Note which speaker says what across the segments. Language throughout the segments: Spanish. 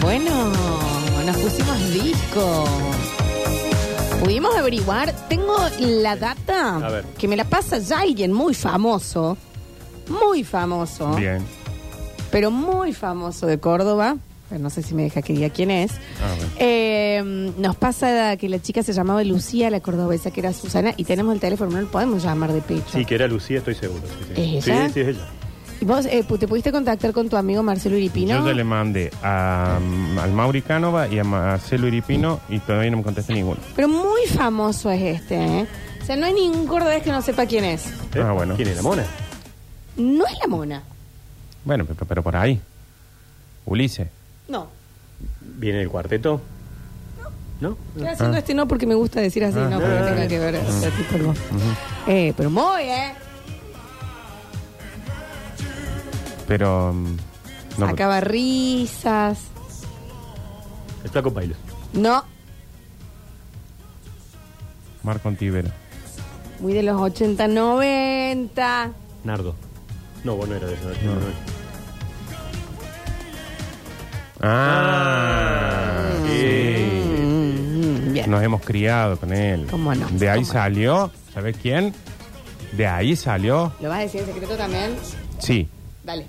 Speaker 1: bueno, nos pusimos disco. Pudimos averiguar, tengo la data
Speaker 2: A ver.
Speaker 1: que me la pasa ya alguien muy famoso, muy famoso,
Speaker 2: Bien.
Speaker 1: pero muy famoso de Córdoba, pero no sé si me deja que diga quién es.
Speaker 3: Ah,
Speaker 2: A ver.
Speaker 1: Eh, nos pasa que la chica se llamaba Lucía, la cordobesa que era Susana, y tenemos el teléfono, no lo podemos llamar de pecho.
Speaker 2: Sí, que era Lucía, estoy seguro. Sí, sí.
Speaker 1: ¿Es ella?
Speaker 2: Sí, sí, es ella.
Speaker 1: ¿Y vos eh, pu- te pudiste contactar con tu amigo Marcelo Iripino?
Speaker 3: Yo ya le mandé a, mm, al Mauri Cánova y a Marcelo Iripino y todavía no me contesta ninguno.
Speaker 1: Pero muy famoso es este, ¿eh? O sea, no hay ningún cordobés que no sepa quién es.
Speaker 2: ¿Eh?
Speaker 3: Ah, bueno.
Speaker 2: ¿Quién era? ¿Mona?
Speaker 1: No es la mona.
Speaker 3: Bueno, pero, pero por ahí. Ulises.
Speaker 1: No.
Speaker 2: ¿Viene el cuarteto? ¿No?
Speaker 1: Estoy haciendo este no porque me gusta decir así,
Speaker 3: Ah,
Speaker 1: no porque
Speaker 2: ah,
Speaker 1: tenga
Speaker 2: ah,
Speaker 1: que ver. o sea, tipo, no. eh, pero muy, ¿eh?
Speaker 3: Pero. mm, No,
Speaker 1: Sacaba risas.
Speaker 2: El flaco Pailo.
Speaker 1: No.
Speaker 3: Marco Antivero.
Speaker 1: Muy de los 80, 90.
Speaker 2: Nardo. No, vos no era de esa noche.
Speaker 3: No.
Speaker 2: no, no.
Speaker 3: Ah.
Speaker 2: Sí.
Speaker 1: Mm, bien.
Speaker 3: Nos hemos criado con él.
Speaker 1: ¿Cómo no?
Speaker 3: De ahí
Speaker 1: ¿Cómo no?
Speaker 3: salió. ¿Sabes quién? De ahí salió.
Speaker 1: ¿Lo vas a decir en secreto también?
Speaker 3: Sí.
Speaker 1: Dale.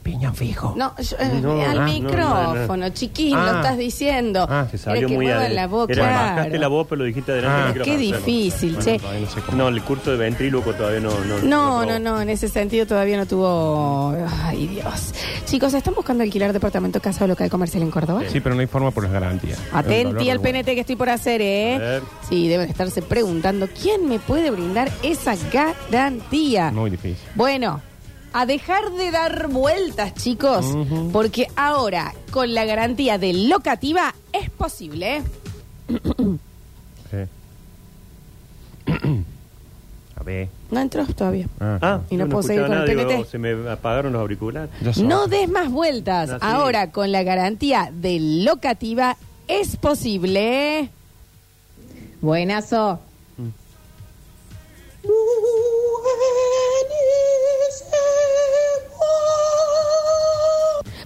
Speaker 3: Piñón fijo.
Speaker 1: No, yo- eh,
Speaker 2: No,
Speaker 1: al
Speaker 2: ah,
Speaker 1: micrófono,
Speaker 2: no, no,
Speaker 1: chiquín,
Speaker 3: Ah.
Speaker 1: lo estás diciendo.
Speaker 3: Ah,
Speaker 2: Se
Speaker 3: se
Speaker 1: Era
Speaker 2: salió
Speaker 1: que
Speaker 2: muy
Speaker 1: mueva
Speaker 2: adel-
Speaker 1: la boca.
Speaker 2: Era,
Speaker 1: claro.
Speaker 2: Bajaste la voz, pero lo dijiste delante
Speaker 3: Ah.
Speaker 2: del
Speaker 1: Qué
Speaker 2: micrófono. claro.
Speaker 1: difícil,
Speaker 3: Bueno,
Speaker 1: che.
Speaker 3: todavía no sé cómo.
Speaker 2: No, el curso de ventríloco todavía no... No,
Speaker 1: No,
Speaker 2: probó.
Speaker 1: no, no, en ese sentido todavía no tuvo. Ay, Dios. Chicos, ¿están buscando alquilar departamento, casa o local comercial en Córdoba?
Speaker 3: Sí, pero no hay forma por las garantías. Es un
Speaker 1: Atenti
Speaker 3: dolor
Speaker 1: al
Speaker 3: de
Speaker 1: PNT que estoy por hacer,
Speaker 2: A
Speaker 1: ¿eh?
Speaker 2: ver.
Speaker 1: Sí, deben estarse preguntando quién me puede brindar esa garantía.
Speaker 3: huevo. Muy difícil.
Speaker 1: Bueno, a dejar de dar vueltas, chicos,
Speaker 3: Ujú.
Speaker 1: porque ahora con la garantía de locativa es posible. ¿eh?
Speaker 3: Sí. a ver.
Speaker 1: No entró todavía.
Speaker 3: Ah.
Speaker 2: Ah,
Speaker 1: Y no puedo seguir
Speaker 2: escuchaba
Speaker 1: con el
Speaker 2: nada, digo,
Speaker 1: PNT.
Speaker 2: Se me apagaron los auriculares.
Speaker 3: Ya son.
Speaker 1: No des más vueltas.
Speaker 2: No, sí.
Speaker 1: Ahora, con la garantía de locativa, es posible. Buenazo.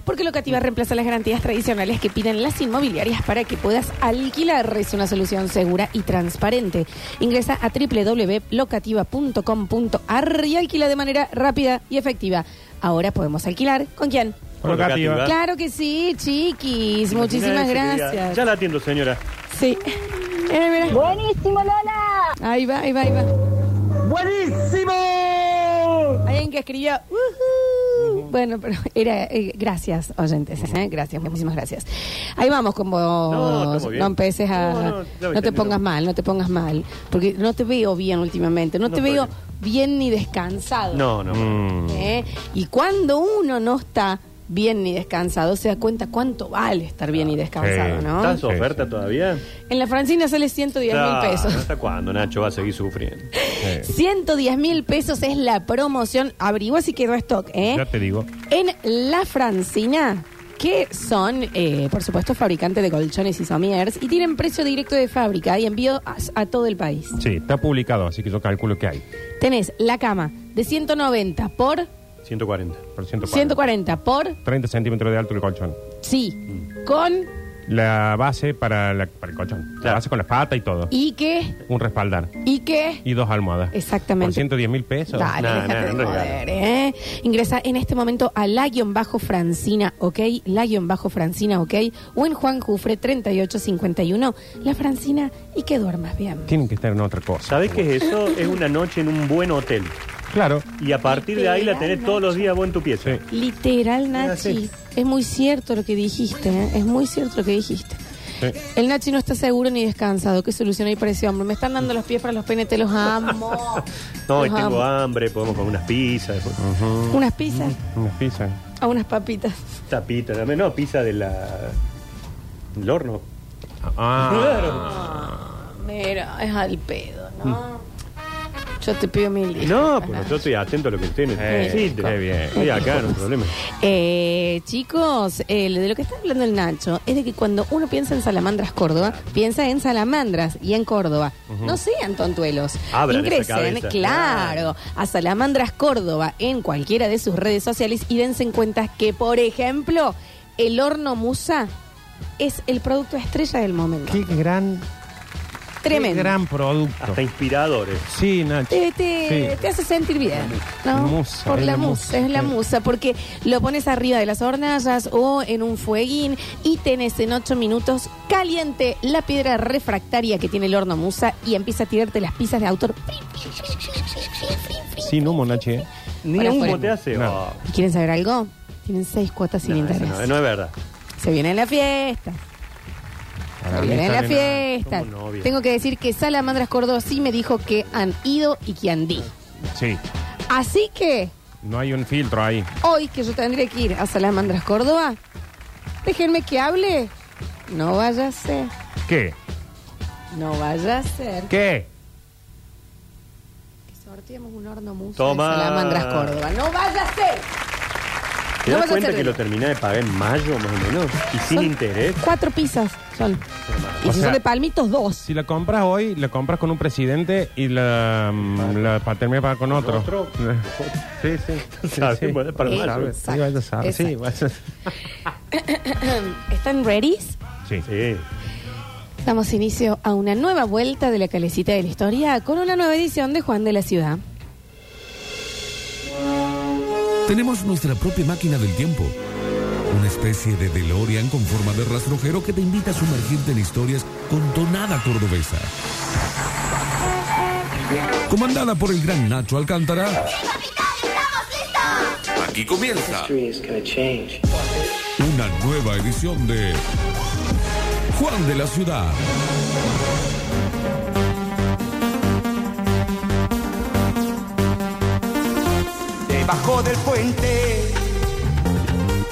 Speaker 1: Porque Locativa reemplaza las garantías tradicionales que piden las inmobiliarias para que puedas alquilar. Es una solución segura y transparente. Ingresa a www.locativa.com.ar y alquila de manera rápida y efectiva. Ahora podemos alquilar. ¿Con quién?
Speaker 3: Locativa.
Speaker 1: Claro que sí, chiquis. Muchísimas
Speaker 2: Imaginá ese que diga,
Speaker 1: gracias.
Speaker 2: Ya la atiendo, señora.
Speaker 1: Sí. Eh, mira.
Speaker 4: Buenísimo, Lola.
Speaker 1: Ahí va, ahí va, ahí va.
Speaker 4: Buenísimo.
Speaker 1: Alguien que escribió. "Ujú". Bueno, pero era. eh, gracias, oyentes. ¿eh? Gracias, muchísimas gracias. Ahí vamos con vos.
Speaker 2: No, estamos bien.
Speaker 1: empeces a.
Speaker 2: No, no,
Speaker 1: No,
Speaker 2: ya me
Speaker 1: te
Speaker 2: entendí,
Speaker 1: pongas
Speaker 2: no.
Speaker 1: mal, no te pongas mal. Porque no te veo bien últimamente. No,
Speaker 2: No
Speaker 1: te
Speaker 2: estoy
Speaker 1: veo bien ni descansado.
Speaker 2: No, no.
Speaker 3: Mm.
Speaker 1: ¿eh? Y cuando uno no está bien ni descansado, se da cuenta cuánto vale estar bien
Speaker 2: Ah,
Speaker 1: y descansado,
Speaker 3: Sí.
Speaker 1: ¿no?
Speaker 2: ¿Está su
Speaker 3: Sí,
Speaker 2: oferta
Speaker 3: sí.
Speaker 2: todavía?
Speaker 1: En la Francina sale 110 mil
Speaker 2: Claro,
Speaker 1: pesos.
Speaker 2: ¿Hasta cuándo Nacho va a seguir sufriendo?
Speaker 3: Sí.
Speaker 1: 110 mil pesos es la promoción. Averigua si quedó stock, ¿eh?
Speaker 3: Ya te digo.
Speaker 1: En La Francina, que son, eh, por supuesto, fabricantes de colchones y somiers, y tienen precio directo de fábrica y envío a, a todo el país.
Speaker 3: Sí, está publicado, así que yo calculo que hay.
Speaker 1: Tenés la cama de 190 por
Speaker 2: 140.
Speaker 3: Por 140.
Speaker 1: 140 por
Speaker 3: 30 centímetros de alto el colchón.
Speaker 1: sí,
Speaker 3: Mm.
Speaker 1: con
Speaker 3: La base para, la- para el colchón. La
Speaker 2: Claro.
Speaker 3: base con las patas y todo.
Speaker 1: y que,
Speaker 3: Un respaldar.
Speaker 1: y que.
Speaker 3: Y dos almohadas. Por
Speaker 1: Exactamente.
Speaker 3: 110 mil pesos.
Speaker 1: Dale,
Speaker 2: No,
Speaker 1: déjate
Speaker 2: no,
Speaker 1: de
Speaker 2: no regalo.
Speaker 1: joder, ¿eh? Ingresa en este momento a la-francina, ¿ok? La-francina, ¿ok? O en Juan Jufre 3851, La Francina, y que duermas bien.
Speaker 3: Tienen que estar en otra cosa.
Speaker 2: ¿Sabés qué es eso? Es una noche en un buen hotel.
Speaker 3: Claro.
Speaker 2: Y a partir de ahí la tenés todos los días vos en tu pieza.
Speaker 3: Sí.
Speaker 1: Literal, Nachi.
Speaker 2: así.
Speaker 1: Es muy cierto lo que dijiste, ¿eh? es muy cierto lo que dijiste.
Speaker 3: Sí.
Speaker 1: El Nachi no está seguro ni descansado. ¿Qué solución hay para ese hombre? Me están dando los pies para los PNT, los amo.
Speaker 2: No, y
Speaker 1: Los
Speaker 2: tengo
Speaker 1: amo.
Speaker 2: hambre, podemos comer unas pizzas, después-
Speaker 1: Unas pizzas,
Speaker 3: Unas pizzas.
Speaker 1: a unas papitas.
Speaker 2: tapitas también. No, pizza de la... del horno.
Speaker 3: Ah.
Speaker 1: Mira, es al pedo, ¿no? Yo te pido mil
Speaker 2: Mm. No,
Speaker 1: disculpas,
Speaker 2: pues
Speaker 1: Nachi.
Speaker 2: yo estoy atento a lo que tiene.
Speaker 3: Eh, qué bien.
Speaker 2: Estoy acá, no hay problema.
Speaker 1: Eh, chicos, eh, de lo que está hablando el Nacho es de que cuando uno piensa en salamandras Córdoba, piensa en salamandras y en Córdoba. No sean tontuelos.
Speaker 2: Abran esa
Speaker 1: Ingresen,
Speaker 2: cabeza.
Speaker 1: claro, a salamandras Córdoba en cualquiera de sus redes sociales y dense en cuenta que, por ejemplo, el horno Musa es el producto estrella del momento.
Speaker 3: Qué gran,
Speaker 1: Tremendo.
Speaker 3: qué gran producto.
Speaker 2: Hasta inspiradores.
Speaker 3: Sí, Nacho.
Speaker 1: Te, te-
Speaker 3: Sí.
Speaker 1: te hace sentir bien, ¿no?
Speaker 3: Musa,
Speaker 1: Por
Speaker 3: es
Speaker 1: la
Speaker 3: la
Speaker 1: musa,
Speaker 3: musa,
Speaker 1: es la
Speaker 3: sí.
Speaker 1: musa, porque lo pones arriba de las hornallas o en un fueguín y tenés en ocho minutos caliente la piedra refractaria que tiene el horno musa y empieza a tirarte las pizzas de autor.
Speaker 3: Sin humo, Nachi. ¿eh?
Speaker 2: Ni
Speaker 1: Para
Speaker 2: humo
Speaker 1: afuera.
Speaker 2: te hace.
Speaker 3: No.
Speaker 2: Oh,
Speaker 1: ¿Y quieren saber algo? Tienen seis cuotas sin
Speaker 2: no, eso
Speaker 1: interés.
Speaker 2: no, no es verdad.
Speaker 1: Se vienen las fiestas.
Speaker 3: Para mí
Speaker 1: Vienen las
Speaker 3: salen a-
Speaker 1: fiestas.
Speaker 2: somos novios.
Speaker 1: Tengo que decir que Salamandras Córdoba sí me dijo que han ido y que han di.
Speaker 3: Sí,
Speaker 1: Así que
Speaker 3: no hay un filtro ahí.
Speaker 1: hoy que yo tendría que ir a Salamandras Córdoba, déjenme que hable. No vaya a ser,
Speaker 3: ¿Qué?
Speaker 1: no vaya a ser
Speaker 3: ¿Qué?
Speaker 1: que sorteemos un horno musa
Speaker 2: Toma.
Speaker 1: de Salamandras Córdoba. No vaya a ser.
Speaker 2: ¿Te
Speaker 1: No
Speaker 2: das
Speaker 1: vas a
Speaker 2: cuenta
Speaker 1: hacer
Speaker 2: que
Speaker 1: bien.
Speaker 2: lo terminé de pagar en mayo, más o menos? Y sin
Speaker 1: Son
Speaker 2: interés.
Speaker 1: Cuatro pizzas son. Y
Speaker 3: O
Speaker 1: si
Speaker 3: sea-
Speaker 1: son de palmitos, dos.
Speaker 3: Si la compras hoy, la compras con un presidente y la, mm, la pa- termina para con otro.
Speaker 2: otro?
Speaker 3: Sí, sí. sí,
Speaker 2: Sabes,
Speaker 3: sí.
Speaker 2: bueno, para
Speaker 1: Eh,
Speaker 2: mayo.
Speaker 1: sabes.
Speaker 3: Sí, vaya a saber, sí, vaya a-
Speaker 1: ¿Están ready?
Speaker 3: Sí.
Speaker 2: Sí.
Speaker 1: Damos inicio a una nueva vuelta de la calecita de la historia con una nueva edición de Juan de la Ciudad.
Speaker 5: Tenemos nuestra propia máquina del tiempo. Una especie de DeLorean con forma de rastrojero que te invita a sumergirte en historias con tonada cordobesa. Comandada por el gran Nacho Alcántara. Aquí comienza
Speaker 6: history is going to change.
Speaker 5: una nueva edición de Juan de la Ciudad.
Speaker 7: Debajo del puente.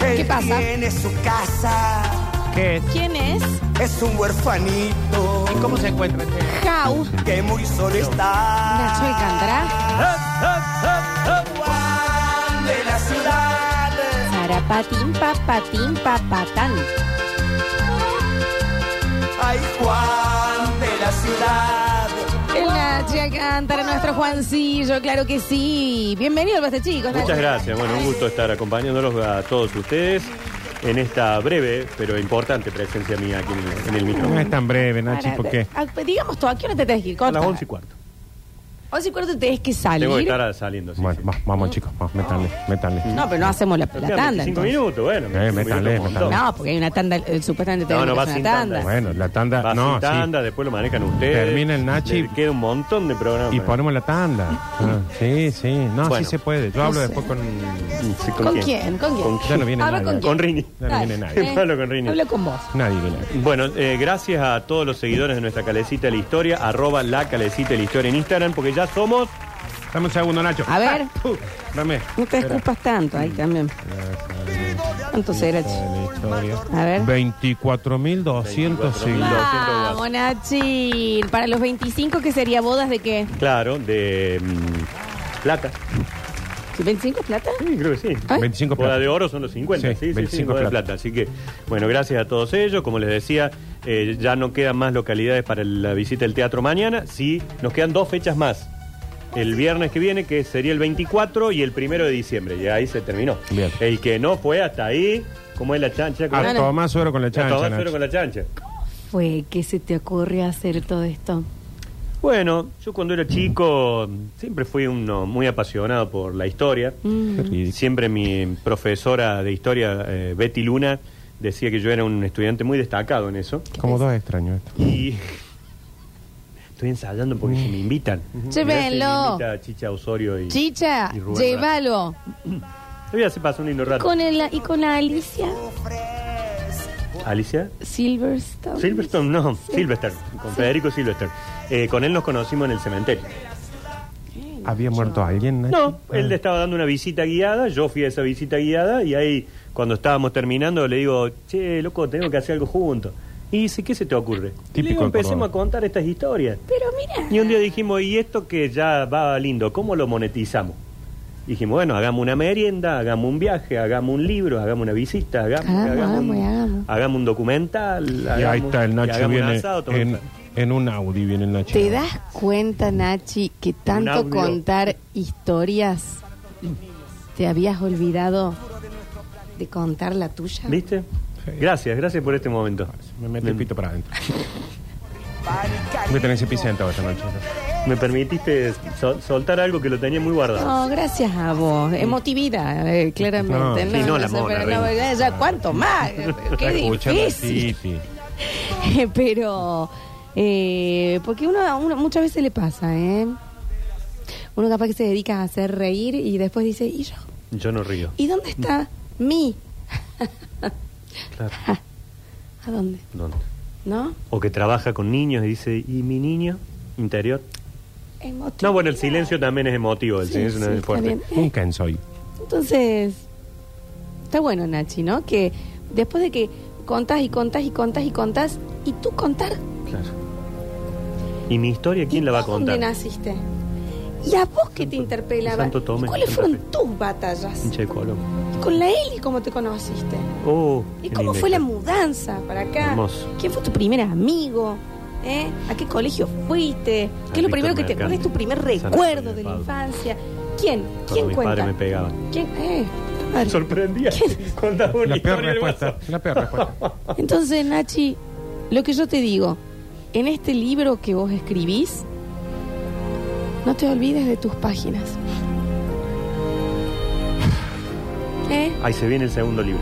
Speaker 7: él
Speaker 1: ¿Qué pasa?
Speaker 7: Tiene su casa.
Speaker 3: ¿Qué es?
Speaker 1: ¿Quién es?
Speaker 7: Es un huerfanito
Speaker 3: ¿Cómo se encuentra este?
Speaker 1: Jau.
Speaker 7: que muy solo está.
Speaker 1: Nacho Alcántara.
Speaker 7: Juan de la ciudad.
Speaker 1: Sarapatín, papatín, papatán.
Speaker 7: Ay, Juan de la ciudad.
Speaker 1: El Nacho Alcántara, nuestro Juancillo, claro que sí. Bienvenido al Basta Chicos. Nacho.
Speaker 2: Muchas gracias. Bueno, un gusto estar acompañándolos a todos ustedes en esta breve pero importante presencia mía aquí en el, en el
Speaker 3: No es
Speaker 2: micrófono.
Speaker 3: tan breve,
Speaker 1: Para-
Speaker 3: Nachi, porque
Speaker 1: Ah, Digamos todo, ¿a qué hora te tenés que ir?
Speaker 2: A
Speaker 1: Corta.
Speaker 2: las 11 y cuarto.
Speaker 1: 11 y cuarto tenés que
Speaker 2: Tengo que
Speaker 1: salir.
Speaker 2: estar saliendo. sí,
Speaker 3: Bueno,
Speaker 2: sí.
Speaker 3: va- vamos chicos, vamos, métanle, métanle.
Speaker 1: No, pero no hacemos la, la
Speaker 2: Quedan
Speaker 1: tanda.
Speaker 2: 25
Speaker 1: entonces.
Speaker 2: minutos, bueno.
Speaker 3: Eh,
Speaker 2: 25
Speaker 3: métale,
Speaker 2: minutos, un montón.
Speaker 1: No, porque hay una tanda, eh, supuestamente tenemos
Speaker 2: no,
Speaker 1: que
Speaker 2: va
Speaker 1: hacer
Speaker 2: sin
Speaker 1: una
Speaker 2: tanda. ¿eh?
Speaker 1: tanda.
Speaker 3: Bueno, la tanda,
Speaker 2: Va
Speaker 3: no,
Speaker 2: sin
Speaker 3: sí.
Speaker 2: tanda, después lo manejan ustedes.
Speaker 3: Termina el Nachi.
Speaker 2: Le Queda un montón de programas.
Speaker 3: Y ponemos la tanda. Ah, sí, sí, no,
Speaker 2: Bueno.
Speaker 3: sí se puede. Yo hablo
Speaker 1: sé.
Speaker 3: después con...
Speaker 2: Sí,
Speaker 1: ¿Con quién? ¿Con quién?
Speaker 2: ¿Con
Speaker 3: Ya no viene
Speaker 1: Habla
Speaker 3: nadie.
Speaker 1: con quién.
Speaker 2: Con Rini.
Speaker 3: Ya no viene nadie.
Speaker 1: eh.
Speaker 2: Hablo con Rini.
Speaker 1: Hablo con vos.
Speaker 3: Nadie viene acá.
Speaker 2: Bueno, eh, gracias a todos los seguidores de nuestra Calecita de la Historia, arroba la Calecita de la Historia en Instagram, porque ya somos...
Speaker 3: Dame un segundo, Nacho.
Speaker 1: A ver.
Speaker 3: Ah, uh, dame.
Speaker 1: No te
Speaker 3: Espera.
Speaker 1: escupas tanto ahí también. ¿Cuánto será, che? A ver.
Speaker 3: 24.200 seguidores.
Speaker 2: 200
Speaker 1: Vamos, Nachin. Para los 25, que sería bodas de qué?
Speaker 2: Claro, de... mm, plata.
Speaker 1: ¿25 es plata?
Speaker 2: Sí, creo que sí.
Speaker 1: ¿Eh?
Speaker 3: 25
Speaker 2: Boda de
Speaker 3: plata.
Speaker 2: oro son los 50, sí,
Speaker 3: Sí,
Speaker 2: sí, sí,
Speaker 3: 25
Speaker 2: boda de
Speaker 3: plata.
Speaker 2: plata. Así que, bueno, gracias a todos ellos. Como les decía, eh, ya no quedan más localidades para la visita del teatro mañana. Sí, nos quedan dos fechas más. El viernes que viene, que sería el 24, y el primero de diciembre. Y ahí se terminó.
Speaker 3: Bien.
Speaker 2: El que no fue hasta ahí, ¿cómo es la chancha? ¿Cómo
Speaker 3: A
Speaker 2: es?
Speaker 1: no.
Speaker 3: tomar suero con la
Speaker 2: A
Speaker 3: chancha,
Speaker 2: tomar suero
Speaker 3: Nacho.
Speaker 2: con la chancha.
Speaker 1: fue que se te ocurrió hacer todo esto?
Speaker 2: Bueno, yo cuando era chico siempre fui uno muy apasionado por la historia.
Speaker 3: Qué ridículo.
Speaker 2: Siempre mi profesora de historia, eh, Betty Luna, decía que yo era un estudiante muy destacado en eso.
Speaker 3: Como dos extraños esto.
Speaker 2: Y estoy ensayando porque si me invitan.
Speaker 1: Llévenlo.
Speaker 2: Me invita Chicha Osorio y...
Speaker 1: Chicha,
Speaker 2: Y Rubén
Speaker 1: llévalo.
Speaker 2: Le voy a hacer pasar un lindo rato.
Speaker 1: Con el, y con Alicia
Speaker 2: ¿Alicia?
Speaker 1: Silverstone.
Speaker 2: Silverstone, no, Silverstone, con Federico Silverstone. Eh, con él nos conocimos en el cementerio.
Speaker 3: ¿Había muerto alguien, Nacho? Ah.
Speaker 2: No, él le estaba dando una visita guiada, yo fui a esa visita guiada y ahí cuando estábamos terminando le digo, che, loco, tenemos que hacer algo juntos. Y dice, ¿qué se te ocurre? Y le digo,
Speaker 3: Típico de
Speaker 2: empecemos
Speaker 3: Córdoba.
Speaker 2: a contar estas historias.
Speaker 1: Pero mira.
Speaker 2: Y un día dijimos, ¿y esto que ya va lindo, cómo lo monetizamos? Dijimos, bueno, hagamos una merienda, hagamos un viaje, hagamos un libro, hagamos una visita, hagamos,
Speaker 1: Hagamos,
Speaker 2: un,
Speaker 1: hagamos, hagamos.
Speaker 2: hagamos un documental.
Speaker 3: Y ahí
Speaker 2: hagamos-
Speaker 3: está el
Speaker 2: y
Speaker 3: Nacho,
Speaker 2: hagamos un
Speaker 3: viene
Speaker 2: asado, tomamos-
Speaker 3: en, en un Audi, viene el Nacho.
Speaker 1: ¿Te das cuenta, Nachi, que tanto
Speaker 2: audio.
Speaker 1: contar historias te habías olvidado de contar la tuya?
Speaker 2: ¿Viste? Gracias, gracias por este momento.
Speaker 3: Me metí el pito para adentro. Voy a tener ese picento esta noche.
Speaker 2: Me permitiste sol- soltar algo que lo tenía muy guardado.
Speaker 1: No, gracias a vos. Emotividad, eh, claramente.
Speaker 2: No, sí, no la
Speaker 1: sé,
Speaker 2: mona,
Speaker 1: pero no,
Speaker 2: Rini.
Speaker 1: ya, ya, ¿Cuánto más? Qué
Speaker 3: Está escuchando a
Speaker 1: difícil.
Speaker 3: Titi.
Speaker 1: Pero, eh, porque uno, a uno muchas veces le pasa, ¿eh? Uno capaz que se dedica a hacer reír y después dice, ¿y yo?
Speaker 2: Yo no río.
Speaker 1: ¿Y dónde está mi?
Speaker 2: Claro.
Speaker 1: ¿A dónde?
Speaker 2: ¿Dónde?
Speaker 1: ¿No?
Speaker 2: O que trabaja con niños y dice, ¿y mi niño interior?
Speaker 1: Emotividad.
Speaker 2: No, bueno, el silencio también es emotivo, el
Speaker 1: Sí,
Speaker 2: silencio
Speaker 1: sí,
Speaker 2: no es
Speaker 1: está
Speaker 2: fuerte.
Speaker 1: bien.
Speaker 3: Un cansoy.
Speaker 1: Entonces, está bueno, Nachi, ¿no? Que después de que contás y contás y contás y contás, y tú contar,
Speaker 2: Claro. ¿Y mi historia quién
Speaker 1: ¿Y
Speaker 2: la va a
Speaker 1: vos ¿Dónde
Speaker 2: contar?
Speaker 1: naciste? ¿Y a vos que te interpelaba?
Speaker 2: Santo Tomé,
Speaker 1: ¿Y ¿Cuáles
Speaker 2: Santa
Speaker 1: fueron tus batallas?
Speaker 2: Hincha de Colón.
Speaker 1: ¿Con la Eli cómo te conociste?
Speaker 2: Oh,
Speaker 1: ¿Y
Speaker 2: qué
Speaker 1: cómo
Speaker 2: linda
Speaker 1: fue la
Speaker 2: historia.
Speaker 1: mudanza para acá?
Speaker 2: Hermoso.
Speaker 1: ¿Quién fue tu primer amigo? ¿Eh? ¿A qué colegio fuiste? ¿Qué es lo
Speaker 2: Víctor
Speaker 1: primero que te
Speaker 2: Mercante.
Speaker 1: cuál es tu primer
Speaker 2: San
Speaker 1: recuerdo
Speaker 2: Antonio
Speaker 1: de
Speaker 2: de
Speaker 1: la
Speaker 2: Padua.
Speaker 1: infancia? ¿Quién?
Speaker 2: Cuando
Speaker 1: ¿Quién
Speaker 2: mis
Speaker 1: cuenta?
Speaker 2: padres me pegaban.
Speaker 1: ¿Quién? Eh, padre.
Speaker 2: Sorprendía. Contaba una
Speaker 3: La peor
Speaker 2: historia de
Speaker 3: respuesta.
Speaker 2: WhatsApp.
Speaker 3: La peor respuesta.
Speaker 1: Entonces, Nachi, lo que yo te digo, en este libro que vos escribís, no te olvides de tus páginas. ¿Eh?
Speaker 2: Ahí se viene el segundo libro.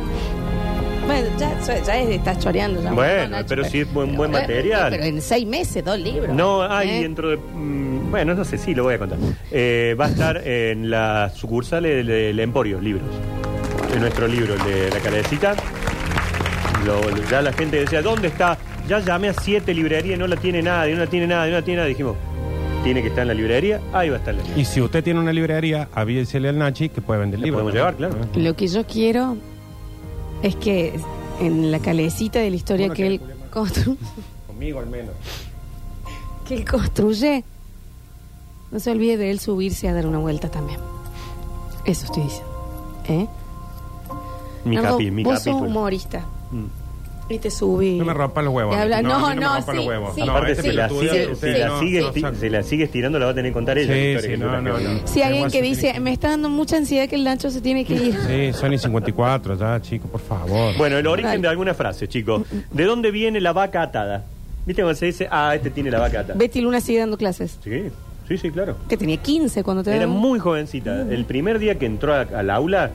Speaker 1: Bueno, ya, ya- ya es- estás choreando. ya,
Speaker 2: Bueno,
Speaker 1: Nachi,
Speaker 2: pero sí es buen- buen
Speaker 1: pero-
Speaker 2: material.
Speaker 1: Pero en seis meses, dos libros.
Speaker 2: No, hay
Speaker 1: ¿eh?
Speaker 2: dentro de. mm, bueno, no sé, sí, lo voy a contar. Eh, va a estar en las sucursales del, del Emporio, libros. En nuestro libro, el de la calecita. Lo- lo- ya la gente decía, ¿dónde está? Ya llamé a siete librerías, y no la tiene nadie, no la tiene nadie, no la tiene nadie. Dijimos, tiene que estar en la librería, ahí va a estar la librería.
Speaker 3: Y si usted tiene una librería, avísele al Nachi que puede vender
Speaker 2: Le
Speaker 3: libros.
Speaker 2: podemos llevar, claro.
Speaker 1: Lo que yo quiero es que en la calecita de la historia
Speaker 3: Uno
Speaker 1: que
Speaker 3: que
Speaker 1: él
Speaker 3: le culé
Speaker 1: constru-
Speaker 3: Conmigo al menos.
Speaker 1: que él construye, no se olvide de él subirse a dar una vuelta también. Eso estoy diciendo. ¿Eh?
Speaker 2: Mi
Speaker 1: Nardo,
Speaker 2: capi, mi
Speaker 1: vos
Speaker 2: capítulo.
Speaker 1: sos humorista
Speaker 2: Mm.
Speaker 1: y te subí.
Speaker 3: No me rompa los huevos.
Speaker 1: Te habla-
Speaker 3: No,
Speaker 1: No,
Speaker 3: a mí no me
Speaker 1: no,
Speaker 3: rompa
Speaker 1: sí,
Speaker 3: los huevos.
Speaker 1: sí.
Speaker 3: No,
Speaker 2: Aparte,
Speaker 3: este
Speaker 2: si la,
Speaker 3: pelotudo,
Speaker 2: sigue,
Speaker 3: usted
Speaker 2: si la
Speaker 3: no,
Speaker 2: sigue
Speaker 3: no
Speaker 2: esti-
Speaker 3: sabe.
Speaker 2: si la sigue estirando, la va a tener que contar ella. la
Speaker 3: Sí,
Speaker 2: historia
Speaker 3: sí,
Speaker 2: que yo
Speaker 3: no,
Speaker 2: la
Speaker 3: no,
Speaker 2: acabo de-
Speaker 3: no.
Speaker 1: Si alguien
Speaker 3: Igual
Speaker 1: que
Speaker 3: se
Speaker 1: dice,
Speaker 3: tiene
Speaker 1: me está dando mucha ansiedad que el Nacho se tiene que ir.
Speaker 3: Sí, Sony 54, ya, chico, por favor.
Speaker 2: Bueno, el origen
Speaker 1: Dale.
Speaker 2: de alguna frase, chicos. ¿De dónde viene la vaca atada? ¿Viste cuando se dice, ah, este tiene la vaca atada?
Speaker 1: Betty Luna sigue dando clases.
Speaker 2: Sí, sí, sí, claro.
Speaker 1: Que tenía 15 cuando te
Speaker 2: Era
Speaker 1: daban-
Speaker 2: muy jovencita.
Speaker 1: Mm.
Speaker 2: El primer día que entró a- al aula,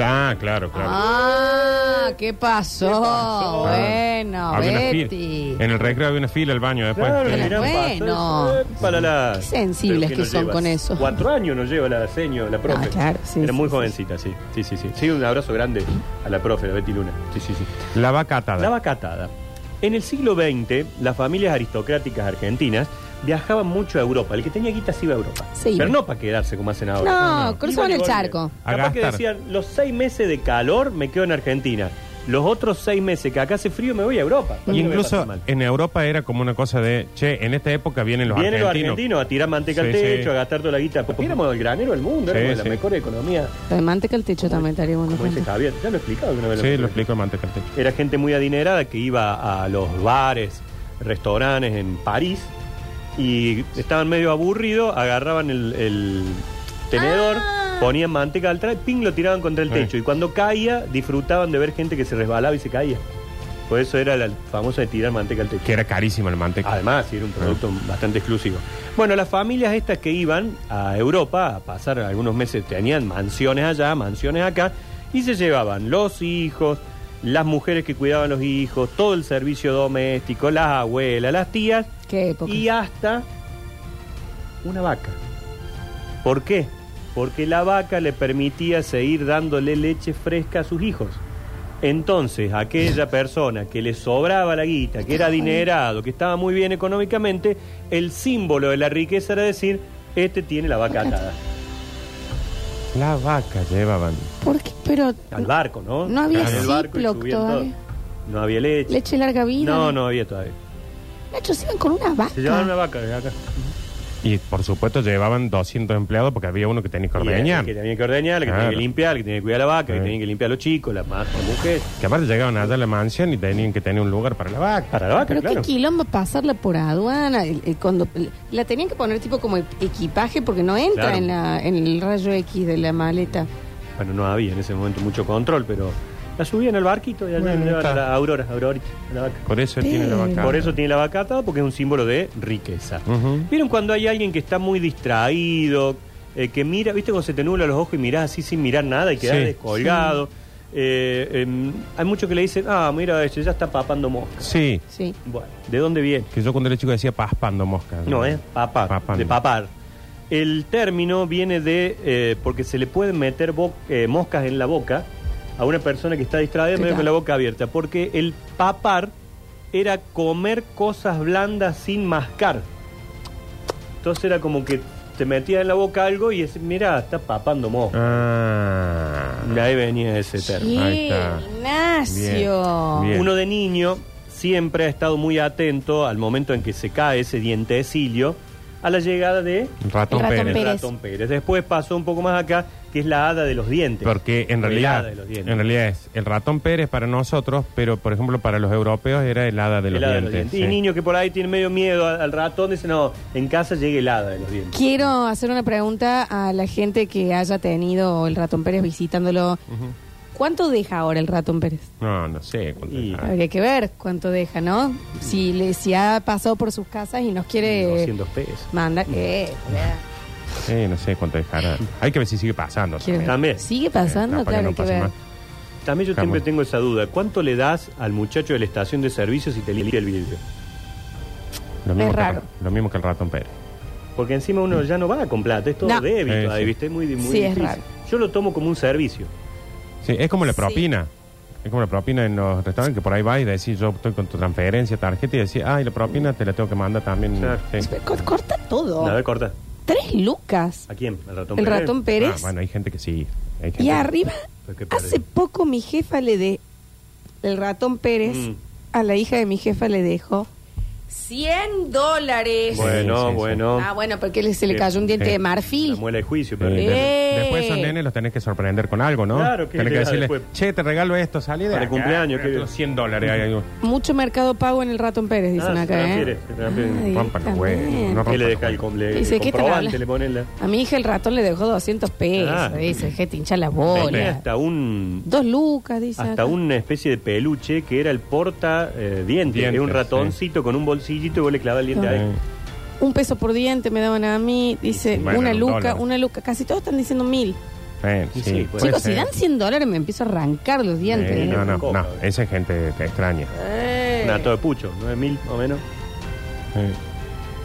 Speaker 3: Ah, claro, claro. Ah,
Speaker 1: Ah, ¿qué pasó?
Speaker 2: Ah,
Speaker 1: Bueno,
Speaker 3: Había una fila.
Speaker 1: Betty.
Speaker 3: En el recreo había una fila al baño después.
Speaker 2: claro,
Speaker 1: Bueno,
Speaker 2: le miran
Speaker 1: bueno.
Speaker 2: pasar, eh, para la...
Speaker 1: Qué sensibles
Speaker 2: Pero
Speaker 1: que
Speaker 2: nos
Speaker 1: son
Speaker 2: llevas?
Speaker 1: con eso.
Speaker 2: Cuatro años nos lleva la seño, la profe.
Speaker 1: Ah, claro, sí,
Speaker 2: Era
Speaker 1: sí,
Speaker 2: muy
Speaker 1: sí,
Speaker 2: jovencita, sí. Sí, sí, sí. Sí, un abrazo grande a la profe, la Betty Luna. Sí, sí, sí.
Speaker 3: La vaca atada.
Speaker 2: La vaca atada. En el siglo XX, las familias aristocráticas argentinas viajaban mucho a Europa. El que tenía guita se iba a Europa.
Speaker 1: Sí.
Speaker 2: Pero no para quedarse como hacen ahora.
Speaker 1: No, cruzaban
Speaker 2: Iban y
Speaker 1: el
Speaker 2: volvían.
Speaker 1: charco.
Speaker 3: A
Speaker 2: Capaz que
Speaker 3: gastar.
Speaker 2: decían, los seis meses de calor me quedo en Argentina. Los otros seis meses que acá hace frío me voy a Europa.
Speaker 3: Y
Speaker 2: No me pasa
Speaker 3: incluso
Speaker 2: mal.
Speaker 3: en Europa era como una cosa de, che, en esta época vienen los
Speaker 2: Vienen los
Speaker 3: argentinos.
Speaker 2: argentinos a tirar manteca al
Speaker 3: Sí, sí.
Speaker 2: techo, a gastar toda la guita. Porque éramos el granero del mundo,
Speaker 3: Sí,
Speaker 2: éramos la
Speaker 3: sí.
Speaker 2: mejor economía.
Speaker 1: De manteca al techo también estaría bueno.
Speaker 2: Como dice Javier, ya lo he explicado alguna vez.
Speaker 3: Sí, lo explico el manteca al techo.
Speaker 2: Era gente muy adinerada que iba a los bares, restaurantes en París y estaban medio aburridos, agarraban el, el tenedor, ponían manteca al traje, ping, lo tiraban contra el
Speaker 3: Sí.
Speaker 2: techo. Y cuando caía, disfrutaban de ver gente que se resbalaba y se caía. Por eso era la famosa de tirar manteca al techo.
Speaker 3: Que era carísimo el manteca.
Speaker 2: Además, sí, era un producto bastante exclusivo. Bueno, las familias estas que iban a Europa a pasar algunos meses tenían mansiones allá, mansiones acá, y se llevaban los hijos, las mujeres que cuidaban los hijos, todo el servicio doméstico, las abuelas, las tías,
Speaker 1: Qué época.
Speaker 2: y hasta una vaca. ¿Por qué? Porque la vaca le permitía seguir dándole leche fresca a sus hijos. Entonces, aquella persona que le sobraba la guita, que era adinerado, que estaba muy bien económicamente, el símbolo de la riqueza era decir, este tiene la vaca atada.
Speaker 3: La vaca llevaban.
Speaker 1: ¿Por qué? Pero
Speaker 2: Al barco, ¿no?
Speaker 1: No había
Speaker 2: En el barco y
Speaker 1: Ziploc
Speaker 2: subían todo.
Speaker 1: todavía.
Speaker 2: No había leche.
Speaker 1: leche Ah. larga vida.
Speaker 2: No, no había todavía.
Speaker 1: Nacho, se iban con una vaca.
Speaker 2: Se llevaban una vaca de acá.
Speaker 3: Y por supuesto llevaban 200 empleados porque había uno que tenía que
Speaker 2: Y, eh,
Speaker 3: ordeñar.
Speaker 2: Que tenía que ordeñar, que tenía
Speaker 3: Claro.
Speaker 2: que limpiar, que tenía que cuidar la vaca, que
Speaker 3: Sí.
Speaker 2: tenía que limpiar a los chicos, las ma- las mujeres.
Speaker 3: Que aparte llegaban allá a la mansión y tenían que tener un lugar para la vaca.
Speaker 2: Para la vaca,
Speaker 1: Pero
Speaker 2: claro.
Speaker 1: qué quilombo pasarla por aduana. el- el- cuando, la tenían que poner tipo como equipaje porque no entra
Speaker 2: Claro.
Speaker 1: en, la, en el rayo X de la maleta.
Speaker 2: Bueno, no había en ese momento mucho control, pero La subían al barquito y allá
Speaker 3: Bueno,
Speaker 2: llevaban a
Speaker 3: está.
Speaker 2: la Aurora, Aurorita, la vaca.
Speaker 3: Por eso tiene la vaca.
Speaker 2: Por eso tiene la vaca atada, porque es un símbolo de riqueza.
Speaker 3: Ujú.
Speaker 2: ¿Vieron cuando hay alguien que está muy distraído, eh, que mira, viste cuando se te nubla los ojos y mirás así sin mirar nada y quedás
Speaker 3: Sí.
Speaker 2: descolgado? Eh, em, hay muchos que le dicen, ah, mira, ese ya está papando mosca.
Speaker 3: Sí,
Speaker 1: Sí.
Speaker 2: Bueno, ¿de dónde viene?
Speaker 3: que yo cuando era chico decía paspando mosca.
Speaker 2: No, es papar,
Speaker 3: Papando.
Speaker 2: de papar. El término viene de, eh, porque se le pueden meter bo- eh, moscas en la boca a una persona que está distraída medio
Speaker 1: Claro.
Speaker 2: con la boca abierta, porque el papar era comer cosas blandas sin mascar. Entonces era como que te metías en la boca algo y es, mira, está papando mosca.
Speaker 3: Ah.
Speaker 2: De ahí venía ese término.
Speaker 3: Ahí
Speaker 1: Sí,
Speaker 3: está.
Speaker 1: Ignacio.
Speaker 3: Bien.
Speaker 2: Uno de niño siempre ha estado muy atento al momento en que se cae ese dientecillo a la llegada de
Speaker 3: Ratón,
Speaker 1: El ratón
Speaker 3: Pérez.
Speaker 2: El
Speaker 1: Pérez.
Speaker 2: ratón Pérez. Después pasó un poco más acá, que es la hada de los dientes.
Speaker 3: Porque en
Speaker 2: O el
Speaker 3: realidad,
Speaker 2: hada de los dientes.
Speaker 3: en realidad es el ratón Pérez para nosotros, pero por ejemplo para los europeos era el hada de los
Speaker 2: El hada de los
Speaker 3: dientes.
Speaker 2: dientes. Y
Speaker 3: sí.
Speaker 2: niños que por ahí tienen medio miedo al, al ratón, dicen, no, en casa llegue el hada de los dientes.
Speaker 1: Quiero hacer una pregunta a la gente que haya tenido el ratón Pérez visitándolo. ¿Cuánto deja ahora el ratón Pérez?
Speaker 3: No, no sé. cuánto
Speaker 2: Y-
Speaker 3: era.
Speaker 1: Habría que ver cuánto deja, ¿no? Si, le, si ha pasado por sus casas y nos quiere
Speaker 2: 200 pesos.
Speaker 1: mandar... Eh,
Speaker 3: Sí, no sé cuánto dejará. Hay que ver si sigue pasando.
Speaker 1: quiero ver.
Speaker 2: También.
Speaker 1: ¿Sigue pasando?
Speaker 3: Eh, capaz que
Speaker 1: claro,
Speaker 3: no
Speaker 1: hay que
Speaker 3: pase
Speaker 1: ver.
Speaker 3: más.
Speaker 2: También yo
Speaker 3: Jamón.
Speaker 2: siempre tengo esa duda. ¿Cuánto le das al muchacho de la estación de servicio si te limpia el vidrio?
Speaker 3: Lo mismo
Speaker 1: Es
Speaker 3: que el-
Speaker 1: raro.
Speaker 3: lo mismo que el ratón Pérez.
Speaker 2: Porque encima uno ya no va con plata, es todo
Speaker 1: No.
Speaker 2: débito
Speaker 3: Sí,
Speaker 2: ahí,
Speaker 3: sí.
Speaker 2: ¿viste? Es muy, muy
Speaker 1: Sí, es
Speaker 2: difícil.
Speaker 1: raro.
Speaker 2: Yo lo tomo como un servicio.
Speaker 3: Sí, es como la
Speaker 1: Sí.
Speaker 3: propina. Es como la propina en los restaurantes que por ahí va y decís, yo estoy con tu transferencia, tarjeta, y decís, ay, la propina te la tengo que mandar también.
Speaker 2: Claro.
Speaker 3: Sí.
Speaker 1: Co- Corta todo.
Speaker 2: A ver, corta.
Speaker 1: Tres lucas.
Speaker 2: ¿A quién? ¿Al ratón
Speaker 1: Oh. El
Speaker 2: Pérez?
Speaker 1: ratón
Speaker 3: Ah,
Speaker 1: Pérez.
Speaker 3: bueno, hay gente que sí. Hay gente
Speaker 1: Y
Speaker 3: que-
Speaker 1: arriba,
Speaker 2: Pero qué pereza.
Speaker 1: hace poco mi jefa le de el ratón Pérez
Speaker 2: Mm.
Speaker 1: a la hija de mi jefa le dejó 100 dólares.
Speaker 2: Bueno,
Speaker 3: Sí, sí,
Speaker 2: bueno.
Speaker 1: Ah, bueno, porque le- se le cayó un diente
Speaker 3: Sí.
Speaker 1: de
Speaker 2: La
Speaker 1: marfil.
Speaker 2: muela de juicio,
Speaker 3: Sí,
Speaker 2: pero...
Speaker 1: ¡Eh!
Speaker 3: de- Después esos nenes los tenés que sorprender con algo, ¿no?
Speaker 2: Claro, que
Speaker 3: tenés que
Speaker 2: le-
Speaker 3: decirle,
Speaker 2: después-
Speaker 3: che, te regalo esto, salí de
Speaker 2: Para
Speaker 3: acá,
Speaker 2: cumpleaños,
Speaker 3: te doy
Speaker 2: que-
Speaker 3: 100 dólares. ahí, ahí.
Speaker 1: Mucho mercado pago en el ratón Pérez, dicen
Speaker 2: Ah, se
Speaker 1: acá,
Speaker 2: transfiere,
Speaker 1: ¿eh?
Speaker 2: se transfiere.
Speaker 1: Ay,
Speaker 3: Rompan los huevos,
Speaker 1: también.
Speaker 3: no rompan
Speaker 2: ¿Qué le
Speaker 3: los
Speaker 2: deja el,
Speaker 3: huevos.
Speaker 2: com- le-
Speaker 1: Dice,
Speaker 2: el
Speaker 1: ¿qué te
Speaker 2: comprobante?
Speaker 1: habla?
Speaker 2: Le ponen la...
Speaker 1: A mi hija el ratón le dejó 200 pesos,
Speaker 2: Ah.
Speaker 1: dice, dejé te hinchar la
Speaker 2: Tenía
Speaker 1: bola.
Speaker 2: hasta un
Speaker 1: Dos lucas, dice.
Speaker 2: hasta
Speaker 1: acá.
Speaker 2: una especie de peluche que era el porta eh, diente,
Speaker 3: Dientes,
Speaker 2: Era un ratoncito con un bolsillito y vos le clavas el diente ahí.
Speaker 1: Un peso por diente me daban a mí, dice,
Speaker 3: Bueno,
Speaker 1: una
Speaker 3: un
Speaker 1: luca,
Speaker 3: dólar.
Speaker 1: una luca. Casi todos están diciendo mil.
Speaker 3: Eh, sí,
Speaker 2: Sí, sí, puede
Speaker 1: Chicos,
Speaker 3: ser.
Speaker 1: si dan 100 dólares me empiezo a arrancar los dientes.
Speaker 3: Eh,
Speaker 1: ¿eh?
Speaker 3: no, no, no, esa es gente que extraña.
Speaker 1: Eh.
Speaker 2: Un ato de pucho, 9000 más o menos.
Speaker 3: Eh,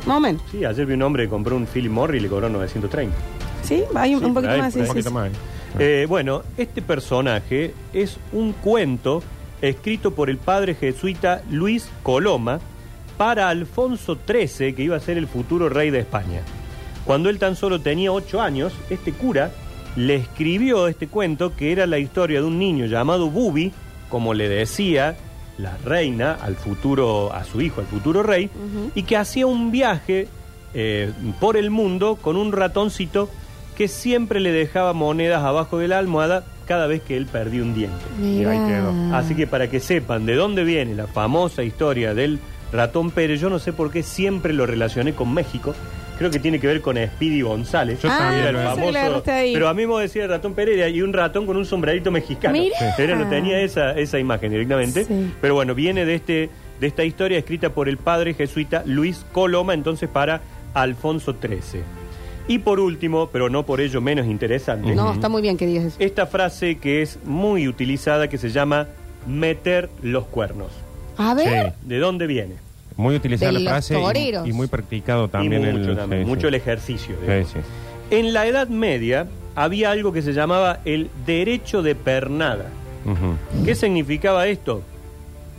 Speaker 1: Moment.
Speaker 2: Sí, ayer vi un hombre que compró un Philip Morris y le cobró 930.
Speaker 1: Sí, hay un,
Speaker 2: Sí,
Speaker 1: un poquito
Speaker 2: hay
Speaker 1: más.
Speaker 2: por
Speaker 1: sí,
Speaker 3: un
Speaker 2: ahí.
Speaker 1: sí,
Speaker 3: poquito
Speaker 1: sí.
Speaker 3: más. eh.
Speaker 2: Eh, bueno, este personaje es un cuento escrito por el padre jesuita Luis Coloma para Alfonso XIII, que iba a ser el futuro rey de España. Cuando él tan solo tenía ocho años, este cura le escribió este cuento que era la historia de un niño llamado Bubi, como le decía la reina al futuro, a su hijo, al futuro rey, y que hacía un viaje eh, por el mundo con un ratoncito que siempre le dejaba monedas abajo de la almohada cada vez que él perdía un diente.
Speaker 3: Y ahí quedó.
Speaker 1: Mirá.
Speaker 2: Así que para que sepan de dónde viene la famosa historia del ratón Pérez, yo no sé por qué siempre lo relacioné con México. Creo que tiene que ver con Speedy González.
Speaker 3: Yo Ah, también
Speaker 2: Era
Speaker 3: lo-
Speaker 2: el
Speaker 3: eso
Speaker 1: que le
Speaker 2: famoso.
Speaker 1: agarraste ahí.
Speaker 2: Pero a mí me decía el ratón Pérez y un ratón con un sombrerito mexicano.
Speaker 1: Mirá. Ah.
Speaker 2: Pero no tenía esa, esa imagen directamente.
Speaker 1: Sí.
Speaker 2: Pero bueno, viene de, este, de esta historia escrita por el padre jesuita Luis Coloma, entonces para Alfonso XIII. Y por último, pero no por ello menos interesante, ¿eh?
Speaker 1: No, está muy bien que digas eso.
Speaker 2: esta frase que es muy utilizada que se llama meter los cuernos.
Speaker 1: A ver.
Speaker 3: Sí.
Speaker 2: ¿De dónde viene?
Speaker 3: Muy utilizada
Speaker 1: De
Speaker 3: la
Speaker 1: los
Speaker 3: frase y,
Speaker 1: toreros.
Speaker 3: y muy practicado también.
Speaker 2: y mucho,
Speaker 3: el,
Speaker 2: también,
Speaker 3: sí,
Speaker 2: mucho el
Speaker 3: sí.
Speaker 2: ejercicio.
Speaker 3: Sí,
Speaker 2: digamos.
Speaker 3: sí.
Speaker 2: En la Edad Media había algo que se llamaba el derecho de pernada.
Speaker 3: Ujú.
Speaker 2: ¿Qué significaba esto?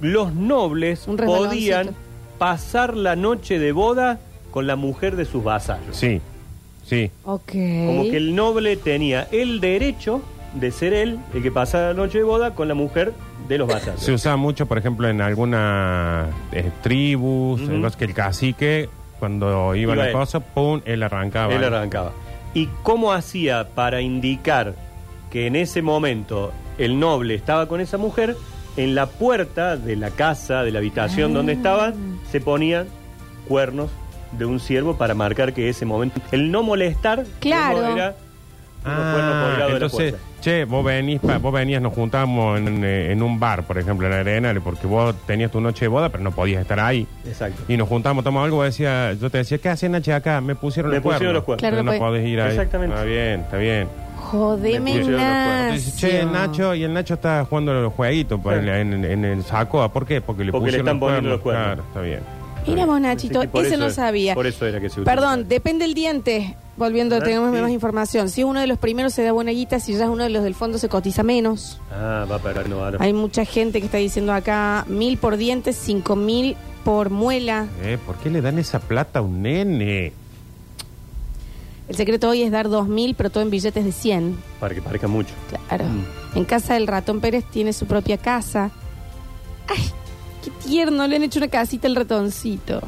Speaker 2: Los nobles
Speaker 1: Un resbaloncito.
Speaker 2: podían pasar la noche de boda con la mujer de sus vasallos.
Speaker 3: Sí, sí.
Speaker 1: Ok.
Speaker 2: Como que el noble tenía el derecho de ser él el que pasara la noche de boda con la mujer de los vasallos.
Speaker 3: Se usaba mucho, por ejemplo, en algunas eh, tribus,
Speaker 2: Ujú.
Speaker 3: en los que el cacique, cuando iba,
Speaker 2: Iba
Speaker 3: la
Speaker 2: él.
Speaker 3: cosa, pum, él arrancaba.
Speaker 2: Él arrancaba. ¿Y cómo hacía para indicar que en ese momento el noble estaba con esa mujer? En la puerta de la casa, de la habitación donde
Speaker 1: Ah.
Speaker 2: estaba, se ponían cuernos de un ciervo para marcar que ese momento. El no molestar
Speaker 1: Claro.
Speaker 2: digamos, era cuernos
Speaker 3: Ah,
Speaker 2: colgados de la
Speaker 3: entonces,
Speaker 2: puerta.
Speaker 3: che, vos venís, pa- vos venías, nos juntamos en, eh, en un bar, por ejemplo, en Arenal, porque vos tenías tu noche de boda, pero no podías estar ahí.
Speaker 2: Exacto.
Speaker 3: Y nos juntamos, tomamos algo, vos decías- yo te decía, ¿qué hacen Nache acá? Me pusieron
Speaker 2: Me
Speaker 3: los cuernos.
Speaker 2: pusieron los cuernos.
Speaker 3: Pero
Speaker 1: Claro,
Speaker 3: no
Speaker 1: no puede-
Speaker 3: podés ir ahí.
Speaker 2: Exactamente.
Speaker 3: Está bien, está bien.
Speaker 1: Jodeme,
Speaker 2: Me pusieron los cuernos.
Speaker 3: Entonces,
Speaker 1: Nacho.
Speaker 3: che, el Nacho, y el Nacho está jugando a los jueguitos por el- en, en el saco. ¿Ah, ¿Por qué? Porque le
Speaker 2: Porque le
Speaker 3: pusieron
Speaker 2: están poniendo los cuernos.
Speaker 3: Claro, está bien.
Speaker 1: Mira vos,
Speaker 2: Sí,
Speaker 1: Nachito,
Speaker 2: sí, por
Speaker 1: ese
Speaker 2: eso
Speaker 1: no
Speaker 2: es-
Speaker 1: sabía.
Speaker 2: por eso era que se utiliza.
Speaker 1: Perdón, depende el diente. Volviendo,
Speaker 2: Ah,
Speaker 1: tenemos
Speaker 2: sí.
Speaker 1: más información. Si uno de los primeros se da buena guita, si ya es uno de los del fondo se cotiza menos.
Speaker 2: Ah, va para no, ahora.
Speaker 1: Hay mucha gente que está diciendo acá mil por diente, cinco mil por muela.
Speaker 3: Eh, ¿Por qué le dan esa plata a un nene?
Speaker 1: El secreto hoy es dar dos mil, pero todo en billetes de 100.
Speaker 2: Para que parezca mucho.
Speaker 1: Claro.
Speaker 2: Mm.
Speaker 1: En casa del ratón Pérez tiene su propia casa. ¡Ay! ¡Qué tierno! Le han hecho una casita al ratoncito.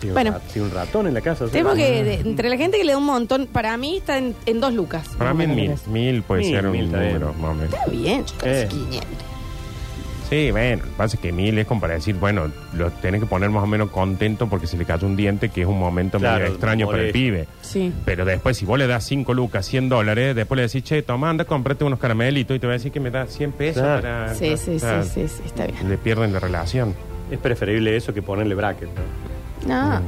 Speaker 2: Tiene un
Speaker 1: Bueno.
Speaker 2: rat- tiene ah, un ratón en la casa.
Speaker 1: Tengo
Speaker 2: ¿sí?
Speaker 1: que, de- entre la gente que le da un montón, para mí está en, en dos lucas.
Speaker 3: Para mí,
Speaker 1: Más o
Speaker 3: mil.
Speaker 1: menos.
Speaker 3: Mil puede
Speaker 2: Mil,
Speaker 3: ser un
Speaker 2: mil, está bien.
Speaker 3: número, más o menos.
Speaker 1: Está bien, yo creo
Speaker 2: Eh.
Speaker 1: que 500.
Speaker 3: Sí, bueno, lo que pasa es que mil es como para decir, bueno, lo tenés que poner más o menos contento porque se le cayó un diente, que es un momento medio
Speaker 2: Claro,
Speaker 3: extraño para el
Speaker 2: molesto.
Speaker 3: pibe.
Speaker 1: Sí.
Speaker 3: Pero después, si vos le das 5 lucas, 100 dólares, después le decís, che, toma, anda, comprate unos caramelitos y te va a decir que me da 100 pesos
Speaker 2: Claro.
Speaker 3: para.
Speaker 1: Sí, sí,
Speaker 3: o sea,
Speaker 1: sí, sí, sí, está bien.
Speaker 3: Le pierden la relación.
Speaker 2: Es preferible eso que ponerle bracket. ¿no?
Speaker 1: No.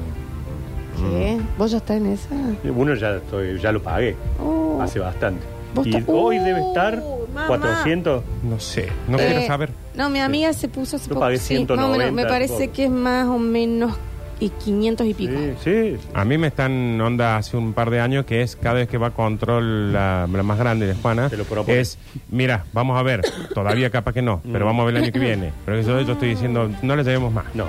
Speaker 1: ¿Qué? ¿Vos ya estás en esa?
Speaker 2: Uno Eh, ya, estoy, ya lo pagué.
Speaker 1: Oh.
Speaker 2: Hace bastante.
Speaker 1: Vos
Speaker 2: Y
Speaker 1: ta-
Speaker 2: hoy
Speaker 1: Uh,
Speaker 2: debe estar
Speaker 1: mamá.
Speaker 2: 400.
Speaker 3: No sé, no
Speaker 1: Eh,
Speaker 3: quiero saber.
Speaker 1: No, mi amiga se puso hace
Speaker 2: Yo
Speaker 1: poco,
Speaker 2: pagué
Speaker 1: sí, más o menos,
Speaker 2: 190
Speaker 1: me parece
Speaker 2: por-
Speaker 1: que es más o menos y 500 y pico.
Speaker 2: Sí, sí.
Speaker 3: A mí me están onda hace un par de años que es cada vez que va a control la, la más grande de Juana,
Speaker 2: Te lo propone. Mm.
Speaker 3: es, mira, vamos a ver, todavía capaz que no, pero vamos a ver el año que viene. Pero yo, yo estoy diciendo, no le llevemos más.
Speaker 2: No.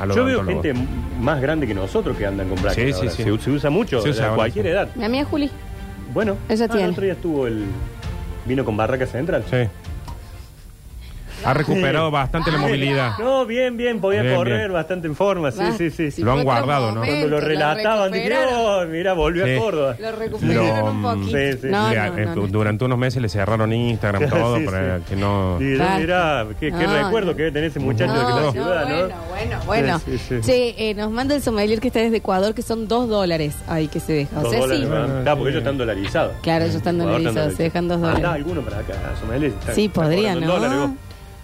Speaker 3: A los
Speaker 2: Yo veo
Speaker 3: odontólogos.
Speaker 2: gente m- más grande que nosotros que andan con bracket.
Speaker 3: Sí, sí,
Speaker 2: ahora.
Speaker 3: sí.
Speaker 2: Se, u- se usa mucho
Speaker 3: Se usa
Speaker 2: a
Speaker 3: ahora,
Speaker 2: cualquier
Speaker 3: sí.
Speaker 2: edad.
Speaker 1: Mi amiga Juli.
Speaker 2: Bueno,
Speaker 1: Ella
Speaker 2: ah,
Speaker 1: tiene.
Speaker 2: el otro día estuvo el. Vino con Barraca Central.
Speaker 3: Sí. Ha recuperado bastante la movilidad.
Speaker 2: No, bien, bien, podía
Speaker 3: Bien,
Speaker 2: correr
Speaker 3: bien.
Speaker 2: bastante en forma. Sí,
Speaker 1: Va,
Speaker 2: sí, sí. sí.
Speaker 1: si
Speaker 3: Lo han
Speaker 1: fue otro
Speaker 3: guardado, ¿no?
Speaker 1: momento,
Speaker 2: Cuando lo relataban, dije,
Speaker 1: recuperaron.
Speaker 2: oh, mira, volvió
Speaker 3: Sí.
Speaker 2: a Córdoba.
Speaker 1: Lo recuperaron
Speaker 3: Lo- mm,
Speaker 1: un poquito.
Speaker 2: Sí, sí.
Speaker 1: No,
Speaker 3: Le-
Speaker 1: no,
Speaker 3: eh,
Speaker 1: no,
Speaker 3: du-
Speaker 1: no.
Speaker 3: Durante unos meses le cerraron Instagram todo
Speaker 2: Sí,
Speaker 3: para
Speaker 2: sí.
Speaker 3: que no.
Speaker 2: Y yo,
Speaker 1: Claro.
Speaker 2: mirá, qué, qué
Speaker 1: No,
Speaker 2: recuerdo
Speaker 1: no.
Speaker 2: que debe tener ese muchacho de que está en
Speaker 1: No,
Speaker 2: la
Speaker 1: no,
Speaker 2: ciudad, ¿no?
Speaker 1: bueno, bueno, bueno.
Speaker 2: Sí, sí, sí.
Speaker 1: Che, eh, nos manda el sommelier que está desde Ecuador, que son dos dólares ahí que se deja. O
Speaker 2: Dos
Speaker 1: sea,
Speaker 2: dólares,
Speaker 1: sí.
Speaker 2: ¿verdad?
Speaker 3: Ah,
Speaker 2: Está, porque
Speaker 3: sí.
Speaker 2: ellos están dolarizados.
Speaker 1: Claro, ellos están
Speaker 2: Ecuador
Speaker 1: dolarizados, se dejan dos dólares.
Speaker 2: Anda Ah, alguno para acá, Somalia. está-
Speaker 1: Sí,
Speaker 2: está
Speaker 1: podría,
Speaker 2: cobrando en dólares, vos.
Speaker 1: ¿no?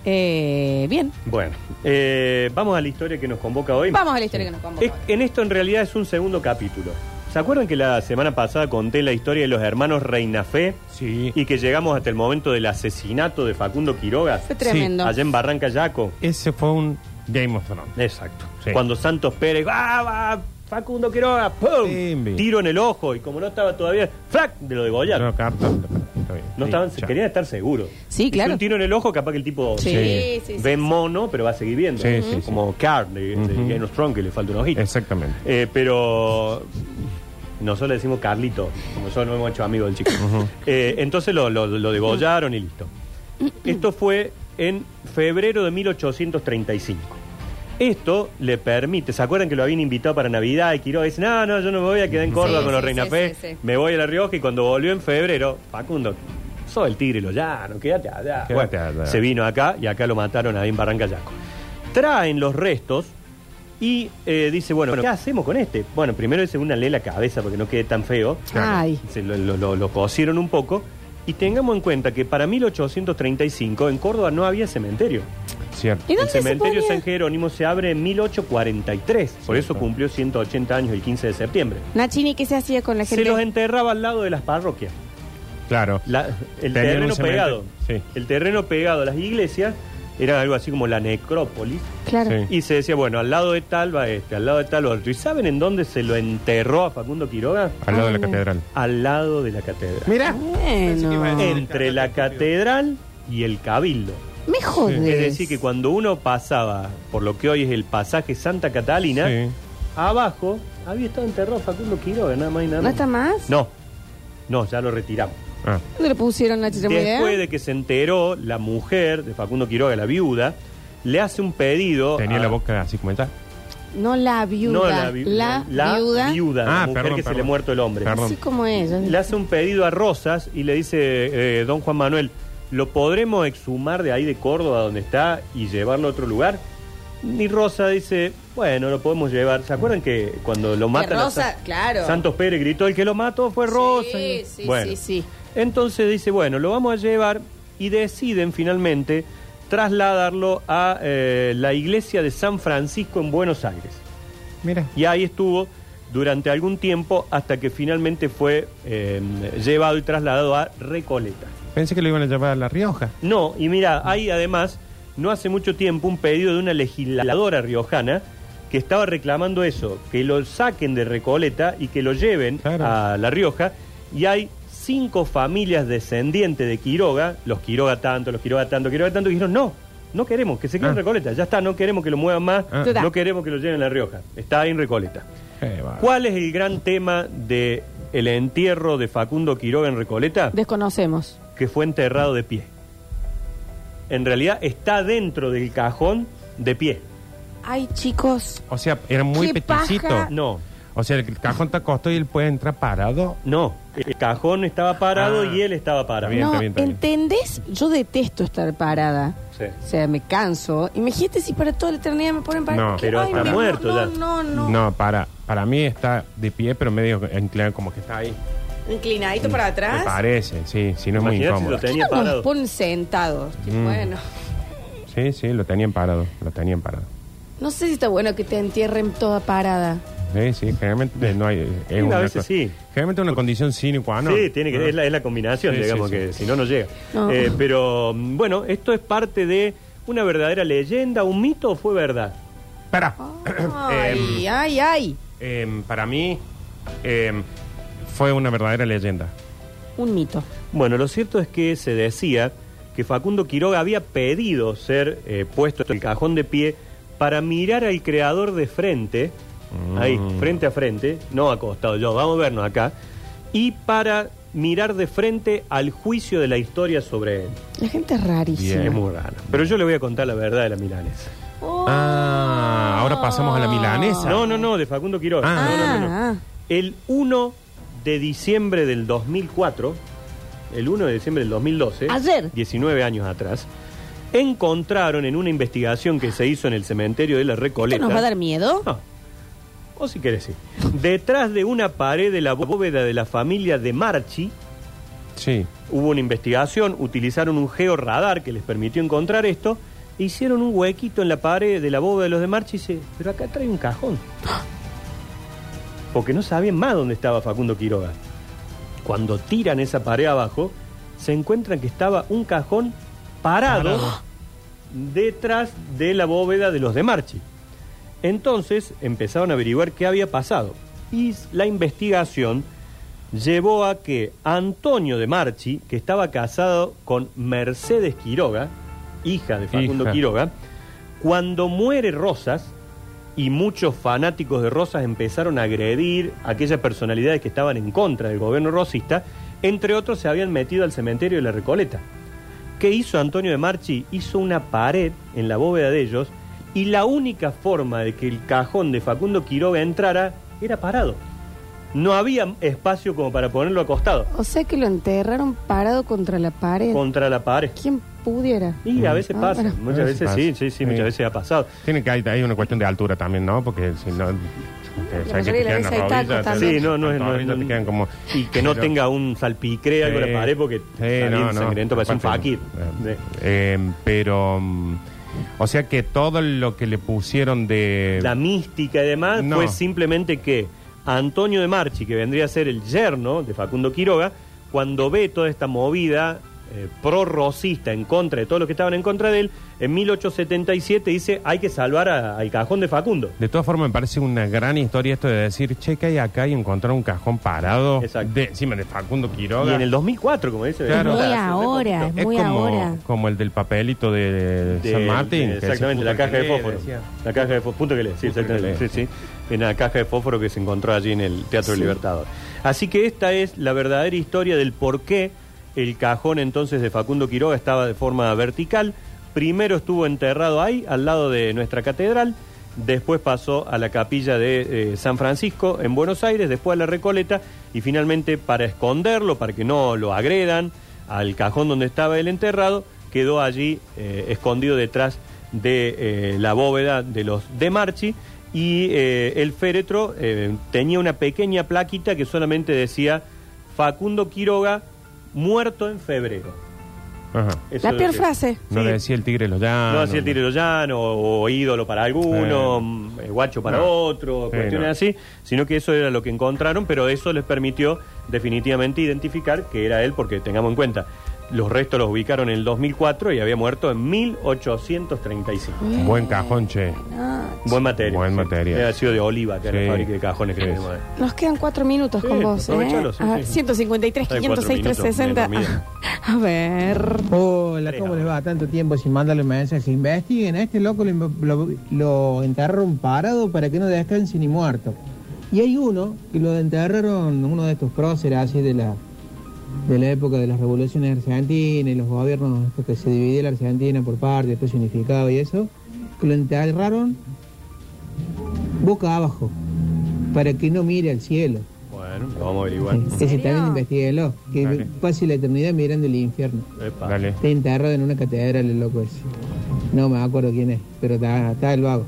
Speaker 1: Eh, bien.
Speaker 2: Bueno, eh, vamos a la historia que nos convoca hoy.
Speaker 1: Vamos a la historia que nos convoca.
Speaker 2: Es- en esto en realidad es un segundo capítulo. ¿Se acuerdan que la semana pasada conté la historia de los hermanos Reinafé?
Speaker 3: Sí.
Speaker 2: Y que llegamos hasta el momento del asesinato de Facundo Quiroga.
Speaker 1: Fue tremendo.
Speaker 2: Allá en Barranca Yaco.
Speaker 3: Ese fue un Game of Thrones.
Speaker 2: Exacto.
Speaker 3: Sí.
Speaker 2: Cuando Santos Pérez, ¡va, va! Facundo Quiroga, ¡pum!
Speaker 3: Timbi.
Speaker 2: Tiro en el ojo. Y como no estaba todavía, ¡frac! De lo degollaron.
Speaker 3: No, carta, está bien.
Speaker 2: No
Speaker 3: Sí,
Speaker 2: estaban,
Speaker 3: chao.
Speaker 2: querían estar seguros.
Speaker 1: Sí,
Speaker 2: Y
Speaker 1: claro.
Speaker 2: si un tiro en el ojo, capaz que el tipo
Speaker 1: Sí,
Speaker 3: Sí.
Speaker 1: sí, sí,
Speaker 2: ve
Speaker 1: sí.
Speaker 2: mono, pero va a seguir viendo.
Speaker 3: Sí, sí, sí.
Speaker 2: Como Carl de, de
Speaker 3: Ujú.
Speaker 2: Game of Thrones, que le falta un ojito.
Speaker 3: Exactamente.
Speaker 2: Eh, pero nosotros le decimos Carlito, como nosotros no hemos hecho amigos del chico. Eh, entonces lo, lo- lo degollaron y listo. Esto fue en febrero de 1835. Esto le permite, ¿se acuerdan que lo habían invitado para Navidad y Quiroga dice, no, no, yo no me voy a quedar en Córdoba
Speaker 1: Sí,
Speaker 2: con los
Speaker 1: sí,
Speaker 2: Reina
Speaker 1: sí,
Speaker 2: Fe,
Speaker 1: sí, sí.
Speaker 2: me voy a La Rioja y cuando volvió en febrero, Facundo, sos el tigre lo llano, quédate allá.
Speaker 3: Quédate
Speaker 2: Bueno,
Speaker 3: allá.
Speaker 2: Se vino acá y acá lo mataron ahí en Barranca Yaco. Traen los restos y eh, dice, bueno, ¿qué hacemos con este? Bueno, primero dice, una la cabeza porque no quede tan feo.
Speaker 1: Ay.
Speaker 2: Se lo, lo- lo- lo cosieron un poco. Y tengamos en cuenta que para 1835 en Córdoba no había cementerio.
Speaker 3: Cierto.
Speaker 1: ¿Y
Speaker 2: El
Speaker 1: dónde se
Speaker 2: cementerio
Speaker 1: ponía?
Speaker 2: San Jerónimo se abre en 1843. Por eso
Speaker 3: Cierto.
Speaker 2: cumplió 180 años el 15 de septiembre.
Speaker 1: Nachini, ¿qué se hacía con la
Speaker 2: Se
Speaker 1: gente?
Speaker 2: los enterraba al lado de las parroquias.
Speaker 3: Claro.
Speaker 2: La- el
Speaker 3: Tenían un
Speaker 2: terreno
Speaker 3: cementerio,
Speaker 2: pegado.
Speaker 3: sí.
Speaker 2: El terreno pegado a las iglesias era algo así como la necrópolis.
Speaker 1: Claro.
Speaker 3: Sí.
Speaker 2: Y se decía, bueno, al lado de tal va este, al lado de tal otro. ¿Y saben en dónde se lo enterró a Facundo Quiroga?
Speaker 3: Al lado de la
Speaker 1: Ah,
Speaker 3: catedral.
Speaker 2: Al lado de la catedral.
Speaker 3: Mira.
Speaker 1: Bueno.
Speaker 2: Entre la catedral y el cabildo.
Speaker 1: Me jodes.
Speaker 2: Es decir, que cuando uno pasaba por lo que hoy es el pasaje Santa Catalina,
Speaker 3: Sí.
Speaker 2: abajo había estado enterrado Facundo Quiroga, nada más y nada
Speaker 1: ¿No
Speaker 2: menos.
Speaker 1: está más?
Speaker 2: No, no, ya lo retiramos.
Speaker 3: Ah,
Speaker 1: ¿Dónde le pusieron Nachi? ¿Tenemos idea?
Speaker 2: Después de que se enteró, la mujer de Facundo Quiroga, la viuda, le hace un pedido.
Speaker 3: tenía
Speaker 2: a-
Speaker 3: la boca así como está.
Speaker 1: No la viuda.
Speaker 2: No,
Speaker 1: la,
Speaker 2: la, vi- la
Speaker 1: viuda.
Speaker 2: la
Speaker 3: Ah,
Speaker 2: mujer
Speaker 3: perdón,
Speaker 2: que se
Speaker 3: perdón.
Speaker 2: le ha muerto el hombre.
Speaker 3: Perdón.
Speaker 1: Así como ella.
Speaker 2: Le hace un pedido a Rosas y le dice, eh, don Juan Manuel, ¿lo podremos exhumar de ahí de Córdoba donde está y llevarlo a otro lugar? Y Rosa dice, bueno, lo podemos llevar. ¿Se acuerdan que cuando lo matan a
Speaker 1: Rosa,
Speaker 2: Sa-
Speaker 1: claro.
Speaker 2: Santos Pérez gritó, el que lo mató fue Rosa?
Speaker 1: Sí, sí,
Speaker 2: Bueno,
Speaker 1: sí, sí.
Speaker 2: Entonces dice, bueno, lo vamos a llevar y deciden finalmente trasladarlo a eh, la iglesia de San Francisco en Buenos Aires.
Speaker 3: Mira.
Speaker 2: Y ahí estuvo durante algún tiempo hasta que finalmente fue eh, llevado y trasladado a Recoleta.
Speaker 3: Pensé que lo iban a llevar a La Rioja.
Speaker 2: No, y mira, hay además, no hace mucho tiempo, un pedido de una legisladora riojana que estaba reclamando eso, que lo saquen de Recoleta y que lo lleven
Speaker 3: Claro.
Speaker 2: a La Rioja. Y hay cinco familias descendientes de Quiroga, los Quiroga tanto, los Quiroga tanto, Quiroga tanto, que dijeron, no, no queremos que se quede en
Speaker 3: Ah.
Speaker 2: Recoleta, ya está, no queremos que lo muevan más,
Speaker 3: Ah.
Speaker 1: Total.
Speaker 2: no queremos que lo lleven a La Rioja, está ahí en Recoleta.
Speaker 3: Eh, va.
Speaker 2: ¿Cuál es el gran tema de el entierro de Facundo Quiroga en Recoleta?
Speaker 1: Desconocemos.
Speaker 2: que fue enterrado de pie. En realidad está dentro del cajón de pie.
Speaker 1: Ay, chicos.
Speaker 3: O sea, era muy
Speaker 1: Qué
Speaker 3: peticito.
Speaker 1: paja.
Speaker 2: No,
Speaker 3: O sea, el cajón está acostado y él puede entrar parado.
Speaker 2: no. El cajón estaba parado
Speaker 3: Ah.
Speaker 2: y él estaba parado.
Speaker 3: Bien,
Speaker 1: no,
Speaker 3: está bien, está bien.
Speaker 1: ¿entendés? Yo detesto estar parada.
Speaker 2: Sí.
Speaker 1: O sea, me canso. Imagínate si para toda la eternidad me ponen parada.
Speaker 3: No,
Speaker 1: ¿Qué?
Speaker 2: pero
Speaker 1: Ay,
Speaker 2: está
Speaker 1: mi amor,
Speaker 2: muerto
Speaker 1: no,
Speaker 2: ya.
Speaker 1: No, no,
Speaker 3: No, para, para mí está de pie, pero medio inclinado, como que está ahí.
Speaker 1: Inclinadito para
Speaker 3: Me
Speaker 1: atrás.
Speaker 3: parece, sí, sí, no es
Speaker 2: Imagínate
Speaker 3: muy
Speaker 2: si
Speaker 3: incómodo.
Speaker 2: lo
Speaker 1: ¿Qué
Speaker 2: Tenía
Speaker 1: no nos
Speaker 2: parado.
Speaker 1: ponen sentados? Tipo,
Speaker 3: Mm.
Speaker 1: Bueno,
Speaker 3: Sí, sí, lo tenían parado, lo tenían parado.
Speaker 1: no sé si está bueno que te entierren toda parada.
Speaker 3: Sí, sí, generalmente no hay. Es
Speaker 2: a
Speaker 3: una
Speaker 2: veces
Speaker 3: co-
Speaker 2: sí.
Speaker 3: Generalmente una condición sine qua non.
Speaker 2: Sí, tiene que,
Speaker 3: Ah, ¿no?
Speaker 2: es, la, es la combinación,
Speaker 3: Sí,
Speaker 2: digamos,
Speaker 3: sí, sí.
Speaker 2: que si no, no llega.
Speaker 1: No.
Speaker 2: Eh, pero mm, bueno, esto es parte de una verdadera leyenda, un mito o fue verdad.
Speaker 3: Espera.
Speaker 1: Ay, ay, ay.
Speaker 3: Em, para mí em, fue una verdadera leyenda.
Speaker 1: Un mito.
Speaker 2: Bueno, lo cierto es que se decía que Facundo Quiroga había pedido ser eh, puesto en el cajón de pie para mirar al creador de frente, ahí, frente a frente, no acostado yo, vamos a vernos acá, y para mirar de frente al juicio de la historia sobre él.
Speaker 1: La gente es rarísima.
Speaker 2: Es muy raro. Pero yo le voy a contar la verdad de la milanesa.
Speaker 1: Oh.
Speaker 3: Ah, ahora pasamos a la milanesa.
Speaker 2: No, no, no, de Facundo Quiroga.
Speaker 3: Ah.
Speaker 2: No, no, no, no.
Speaker 1: Ah.
Speaker 2: El 1 de diciembre del 2004, el 1 de diciembre del 2012,
Speaker 1: Ayer.
Speaker 2: 19 años atrás, encontraron en una investigación que se hizo en el cementerio de la Recoleta.
Speaker 1: ¿Esto nos va a dar miedo?
Speaker 2: No. O si querés, sí. Detrás de una pared de la bóveda de la familia de Marchi,
Speaker 3: Sí.
Speaker 2: hubo una investigación, utilizaron un georradar que les permitió encontrar esto, e hicieron un huequito en la pared de la bóveda de los de Marchi y dice, pero acá trae un cajón. Porque no sabían más dónde estaba Facundo Quiroga. Cuando tiran esa pared abajo, se encuentran que estaba un cajón parado detrás de la bóveda de los de Marchi. Entonces empezaron a averiguar qué había pasado. Y la investigación llevó a que Antonio de Marchi, que estaba casado con Mercedes Quiroga, hija de Facundo
Speaker 3: Hija.
Speaker 2: Quiroga, cuando muere Rosas, y muchos fanáticos de Rosas empezaron a agredir a aquellas personalidades que estaban en contra del gobierno rosista, entre otros se habían metido al cementerio de la Recoleta. ¿Qué hizo Antonio de Marchi? Hizo una pared en la bóveda de ellos y la única forma de que el cajón de Facundo Quiroga entrara era parado. No había espacio como para ponerlo acostado
Speaker 1: O sea que lo enterraron parado contra la pared.
Speaker 2: contra la pared.
Speaker 1: ¿Quién pudiera?
Speaker 2: Y a veces
Speaker 1: Ah,
Speaker 2: pasa,
Speaker 1: bueno.
Speaker 2: muchas
Speaker 3: A
Speaker 2: veces
Speaker 3: veces
Speaker 2: sí,
Speaker 3: pasa.
Speaker 2: sí, sí,
Speaker 3: Sí.
Speaker 2: muchas veces ha pasado.
Speaker 3: Tiene que hay, hay una cuestión de altura también, ¿no? Porque si no. que sabes que
Speaker 1: mayoría de
Speaker 3: te
Speaker 1: las
Speaker 3: quedan
Speaker 1: veces
Speaker 3: las
Speaker 1: hay tacos
Speaker 3: rodillas, te-
Speaker 1: también.
Speaker 2: Sí, no, no es-
Speaker 3: las
Speaker 2: no es-
Speaker 3: rodillas te
Speaker 2: no-
Speaker 3: quedan como.
Speaker 2: Y que no
Speaker 3: Pero-
Speaker 2: tenga un salpicrea con la pared porque
Speaker 3: Eh, Sí,
Speaker 2: está bien
Speaker 3: no, no.
Speaker 2: sangrento, parece un
Speaker 3: Aparte,
Speaker 2: fakir.
Speaker 3: eh,
Speaker 2: Sí.
Speaker 3: eh, pero. mm, O sea que todo lo que le pusieron de.
Speaker 2: la mística y demás
Speaker 3: Eh, No.
Speaker 2: fue simplemente que Antonio de Marchi, que vendría a ser el yerno de Facundo Quiroga, cuando ve toda esta movida eh, prorrocista en contra de todos los que estaban en contra de él, en 1877 dice hay que salvar a- al cajón de Facundo.
Speaker 3: De todas formas, me parece una gran historia esto de decir, che, que hay acá y encontrar un cajón parado.
Speaker 2: Exacto.
Speaker 3: De, encima de Facundo
Speaker 2: Y
Speaker 3: Quiroga.
Speaker 2: en el 2004, como dice.
Speaker 3: Claro.
Speaker 2: o sea,
Speaker 1: Muy
Speaker 2: hace re
Speaker 1: ahora.
Speaker 2: poquito.
Speaker 3: es
Speaker 1: Ah, Muy
Speaker 3: como,
Speaker 1: ahora.
Speaker 3: como el del papelito de,
Speaker 2: De-
Speaker 3: San Martín.
Speaker 2: de-
Speaker 3: que
Speaker 2: exactamente,
Speaker 3: ese
Speaker 2: la
Speaker 3: puto
Speaker 2: caja de
Speaker 3: que lee,
Speaker 2: fósforo.
Speaker 3: decía.
Speaker 2: La caja de fósforo. Punto que le. Sí,
Speaker 3: Punto que
Speaker 2: exactamente.
Speaker 3: lee.
Speaker 2: Sí, sí. En la caja de fósforo que se encontró allí en el Teatro del Libertador. Así que esta es la verdadera historia del por qué el cajón entonces de Facundo Quiroga estaba de forma vertical. Primero estuvo enterrado ahí, al lado de nuestra catedral. Después pasó a la capilla de eh, San Francisco en Buenos Aires, después a la Recoleta y finalmente para esconderlo, para que no lo agredan, al cajón donde estaba el enterrado, quedó allí eh, escondido detrás de eh, la bóveda de los de Marchi y eh, el féretro eh, tenía una pequeña plaquita que solamente decía Facundo Quiroga muerto en febrero.
Speaker 3: Ajá.
Speaker 2: Eso
Speaker 1: La
Speaker 2: es lo
Speaker 1: peor
Speaker 2: que-
Speaker 1: frase.
Speaker 3: No
Speaker 2: Sí.
Speaker 3: le decía el tigre los llanos.
Speaker 2: No hacía el tiro llano, o, o ídolo para alguno,
Speaker 3: Eh.
Speaker 2: mm, eh, guacho para
Speaker 3: No.
Speaker 2: otro,
Speaker 3: Sí,
Speaker 2: cuestiones
Speaker 3: no.
Speaker 2: así, sino que eso era lo que encontraron, pero eso les permitió definitivamente identificar que era él, porque tengamos en cuenta, los restos los ubicaron en el 2004 y había muerto en 1835.
Speaker 3: Buen cajón, che.
Speaker 1: Ah.
Speaker 2: Buen material.
Speaker 3: Buen material.
Speaker 2: Ha sido de oliva, que era
Speaker 3: Sí.
Speaker 2: la fábrica de cajones que
Speaker 3: Sí.
Speaker 2: tenemos. eh.
Speaker 1: Nos quedan cuatro minutos
Speaker 2: Sí,
Speaker 1: con vos, ¿eh?
Speaker 2: aprovechalo, sí,
Speaker 1: A
Speaker 2: sí.
Speaker 1: ver, 153,
Speaker 2: Está en
Speaker 1: 506,
Speaker 2: cuatro minutos,
Speaker 1: 360.
Speaker 2: menos, mira.
Speaker 1: A ver.
Speaker 6: Hola,
Speaker 2: Tres
Speaker 6: ¿cómo
Speaker 2: horas.
Speaker 6: les va? Tanto tiempo sin mandarle mensaje. Investiguen, a este loco lo, inv- lo, lo enterraron parado para que no descanse ni muerto. Y hay uno que lo enterraron, uno de estos próceres así de la, de la época de las revoluciones argentinas y los gobiernos estos que se dividía la Argentina por partes, después se unificaba y eso, que lo enterraron boca abajo para que no mire al cielo.
Speaker 2: Bueno, lo vamos a averiguar.
Speaker 6: Ese
Speaker 1: serio?
Speaker 6: también investiguelo, que
Speaker 3: Dale.
Speaker 6: pase la eternidad mirando el infierno.
Speaker 2: Epa.
Speaker 3: Dale.
Speaker 6: Está enterrado en una catedral el loco ese. No me acuerdo quién es, pero está, está el vago.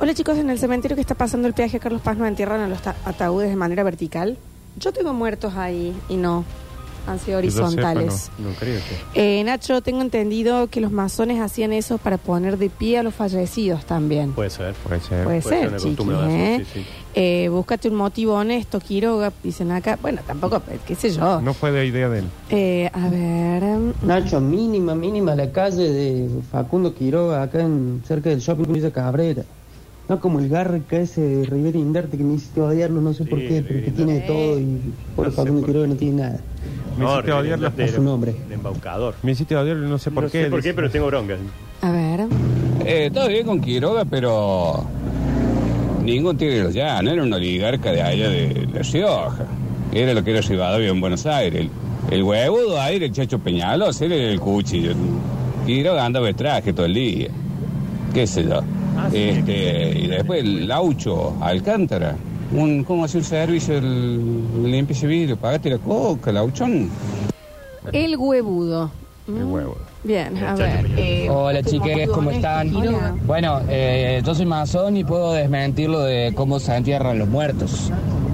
Speaker 1: Hola chicos, en el cementerio que está pasando el peaje Carlos Paz no entierran a los ta- ataúdes de manera vertical. Yo tengo muertos ahí y no, han sido
Speaker 3: Que yo sepa,
Speaker 1: horizontales.
Speaker 3: no, no creo que.
Speaker 1: Eh, Nacho, tengo entendido que los masones hacían eso para poner de pie a los fallecidos también.
Speaker 2: Puede ser.
Speaker 3: Eh, Puede ser.
Speaker 1: Puede,
Speaker 2: puede ser
Speaker 1: ser,
Speaker 2: una
Speaker 1: chiquis,
Speaker 2: costumbre de
Speaker 1: ¿eh?
Speaker 2: hacer, sí, sí.
Speaker 1: Eh, Búscate un motivo honesto, Quiroga, dicen acá. Bueno, tampoco, eh, qué sé yo.
Speaker 3: No fue de idea de él.
Speaker 1: Eh, a ver... mm,
Speaker 8: Nacho, mínima, mínima la calle de Facundo Quiroga, acá en, cerca del shopping Luisa Cabrera. No como el garca ese de Rivera Indarte que me hiciste odiarlo, no sé por
Speaker 2: Sí,
Speaker 8: qué,
Speaker 2: Rivera
Speaker 8: porque tiene de
Speaker 2: Indarte.
Speaker 8: todo y por
Speaker 2: No sé
Speaker 8: Facundo
Speaker 2: por
Speaker 8: Quiroga no tiene nada.
Speaker 3: Me
Speaker 2: No,
Speaker 3: hiciste odiar la-
Speaker 2: de-
Speaker 8: su nombre.
Speaker 2: de embaucador.
Speaker 3: Me hiciste odiar, no sé por
Speaker 2: no
Speaker 3: qué.
Speaker 2: sé por qué,
Speaker 3: dice.
Speaker 2: pero tengo bronca.
Speaker 1: A ver...
Speaker 9: Eh, todo bien con Quiroga, pero ningún tigre ya, no era un oligarca de allá de La Rioja. Era lo que era Rivadavia en Buenos Aires. El, el huevudo ahí era el Chacho Peñalos, él era el cuchillo. Quiroga andaba de traje todo el día. Qué sé yo. este, y después el Laucho, Alcántara. Un, ¿Cómo hace un servicio el limpieza vidrio? Pagate la coca, Lauchón.
Speaker 1: El huevudo. Mm.
Speaker 3: El huevo.
Speaker 1: Bien, a
Speaker 2: Chacho
Speaker 1: ver.
Speaker 2: Peña.
Speaker 1: eh, búscate
Speaker 10: Hola
Speaker 1: un
Speaker 10: chiqueres,
Speaker 1: motivo
Speaker 10: ¿cómo
Speaker 1: honesto,
Speaker 10: están?
Speaker 1: Quiroga.
Speaker 10: Bueno, eh, yo soy masón y puedo desmentir lo de cómo se entierran los muertos.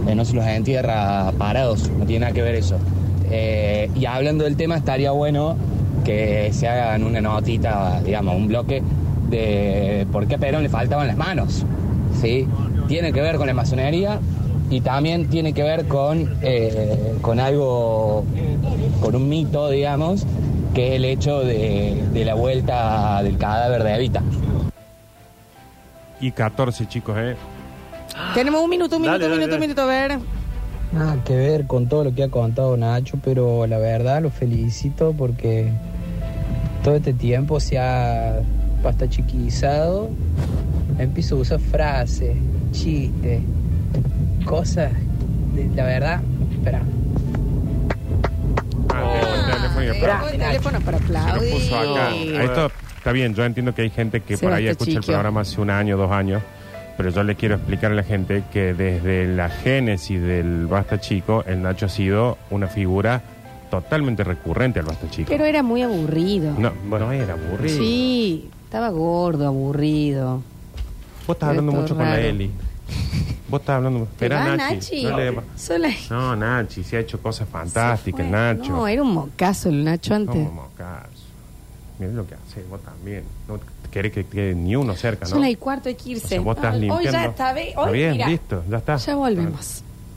Speaker 10: Eh, no se los entierra parados, no tiene nada que ver eso. Eh, y hablando del tema, estaría bueno que se hagan una notita, digamos, un bloque de por qué a Perón le faltaban las manos. ¿sí? Tiene que ver con la masonería y también tiene que ver con, eh, con algo, con un mito, digamos, que es el hecho de, de la vuelta del cadáver de Evita.
Speaker 3: Y 14, chicos, ¿eh?
Speaker 1: Tenemos un minuto, un minuto,
Speaker 2: Dale,
Speaker 1: un
Speaker 2: dale,
Speaker 1: minuto, un
Speaker 2: dale.
Speaker 1: minuto, a ver.
Speaker 10: Nada que ver con todo lo que ha contado Nacho, pero la verdad lo felicito porque todo este tiempo se ha pasta chiquizado. Empiezo a usar frases, chistes, cosas. de- la verdad, espera.
Speaker 3: Ah, el teléfono y el
Speaker 1: Ah,
Speaker 3: programa.
Speaker 1: el teléfono para
Speaker 3: Se lo
Speaker 1: aplaudir.
Speaker 3: puso acá. A Esto está bien, yo entiendo que hay gente que
Speaker 1: Se
Speaker 3: por
Speaker 1: va
Speaker 3: ahí
Speaker 1: este
Speaker 3: escucha el
Speaker 1: chiquio.
Speaker 3: programa hace un año, dos años, pero yo le quiero explicar a la gente que desde la génesis del Basta Chico, el Nacho ha sido una figura totalmente recurrente al Basta Chico.
Speaker 1: Pero era muy aburrido.
Speaker 3: No, no era aburrido.
Speaker 1: Sí, estaba gordo, aburrido.
Speaker 3: Vos estás hablando
Speaker 1: Esto
Speaker 3: mucho
Speaker 1: es
Speaker 3: con la
Speaker 1: raro.
Speaker 3: Eli. Vos estás hablando... Era
Speaker 1: va,
Speaker 3: Nachi.
Speaker 1: Nachi?
Speaker 3: No, le-
Speaker 1: Son las-
Speaker 3: no, Nachi, se ha hecho cosas
Speaker 1: Fue-
Speaker 3: fantásticas, el Nacho.
Speaker 1: No, era un mocazo el Nacho antes.
Speaker 3: Como mocazo. Mirá lo que hace, vos también. No querés que quede ni uno cerca, ¿no?
Speaker 1: Son las y cuarto, hay que irse.
Speaker 3: O sea, vos estás
Speaker 1: Ay, hoy
Speaker 3: limpiando.
Speaker 1: ya está, ve- hoy
Speaker 3: bien,
Speaker 1: mira,
Speaker 3: listo, ya está.
Speaker 1: Ya volvemos.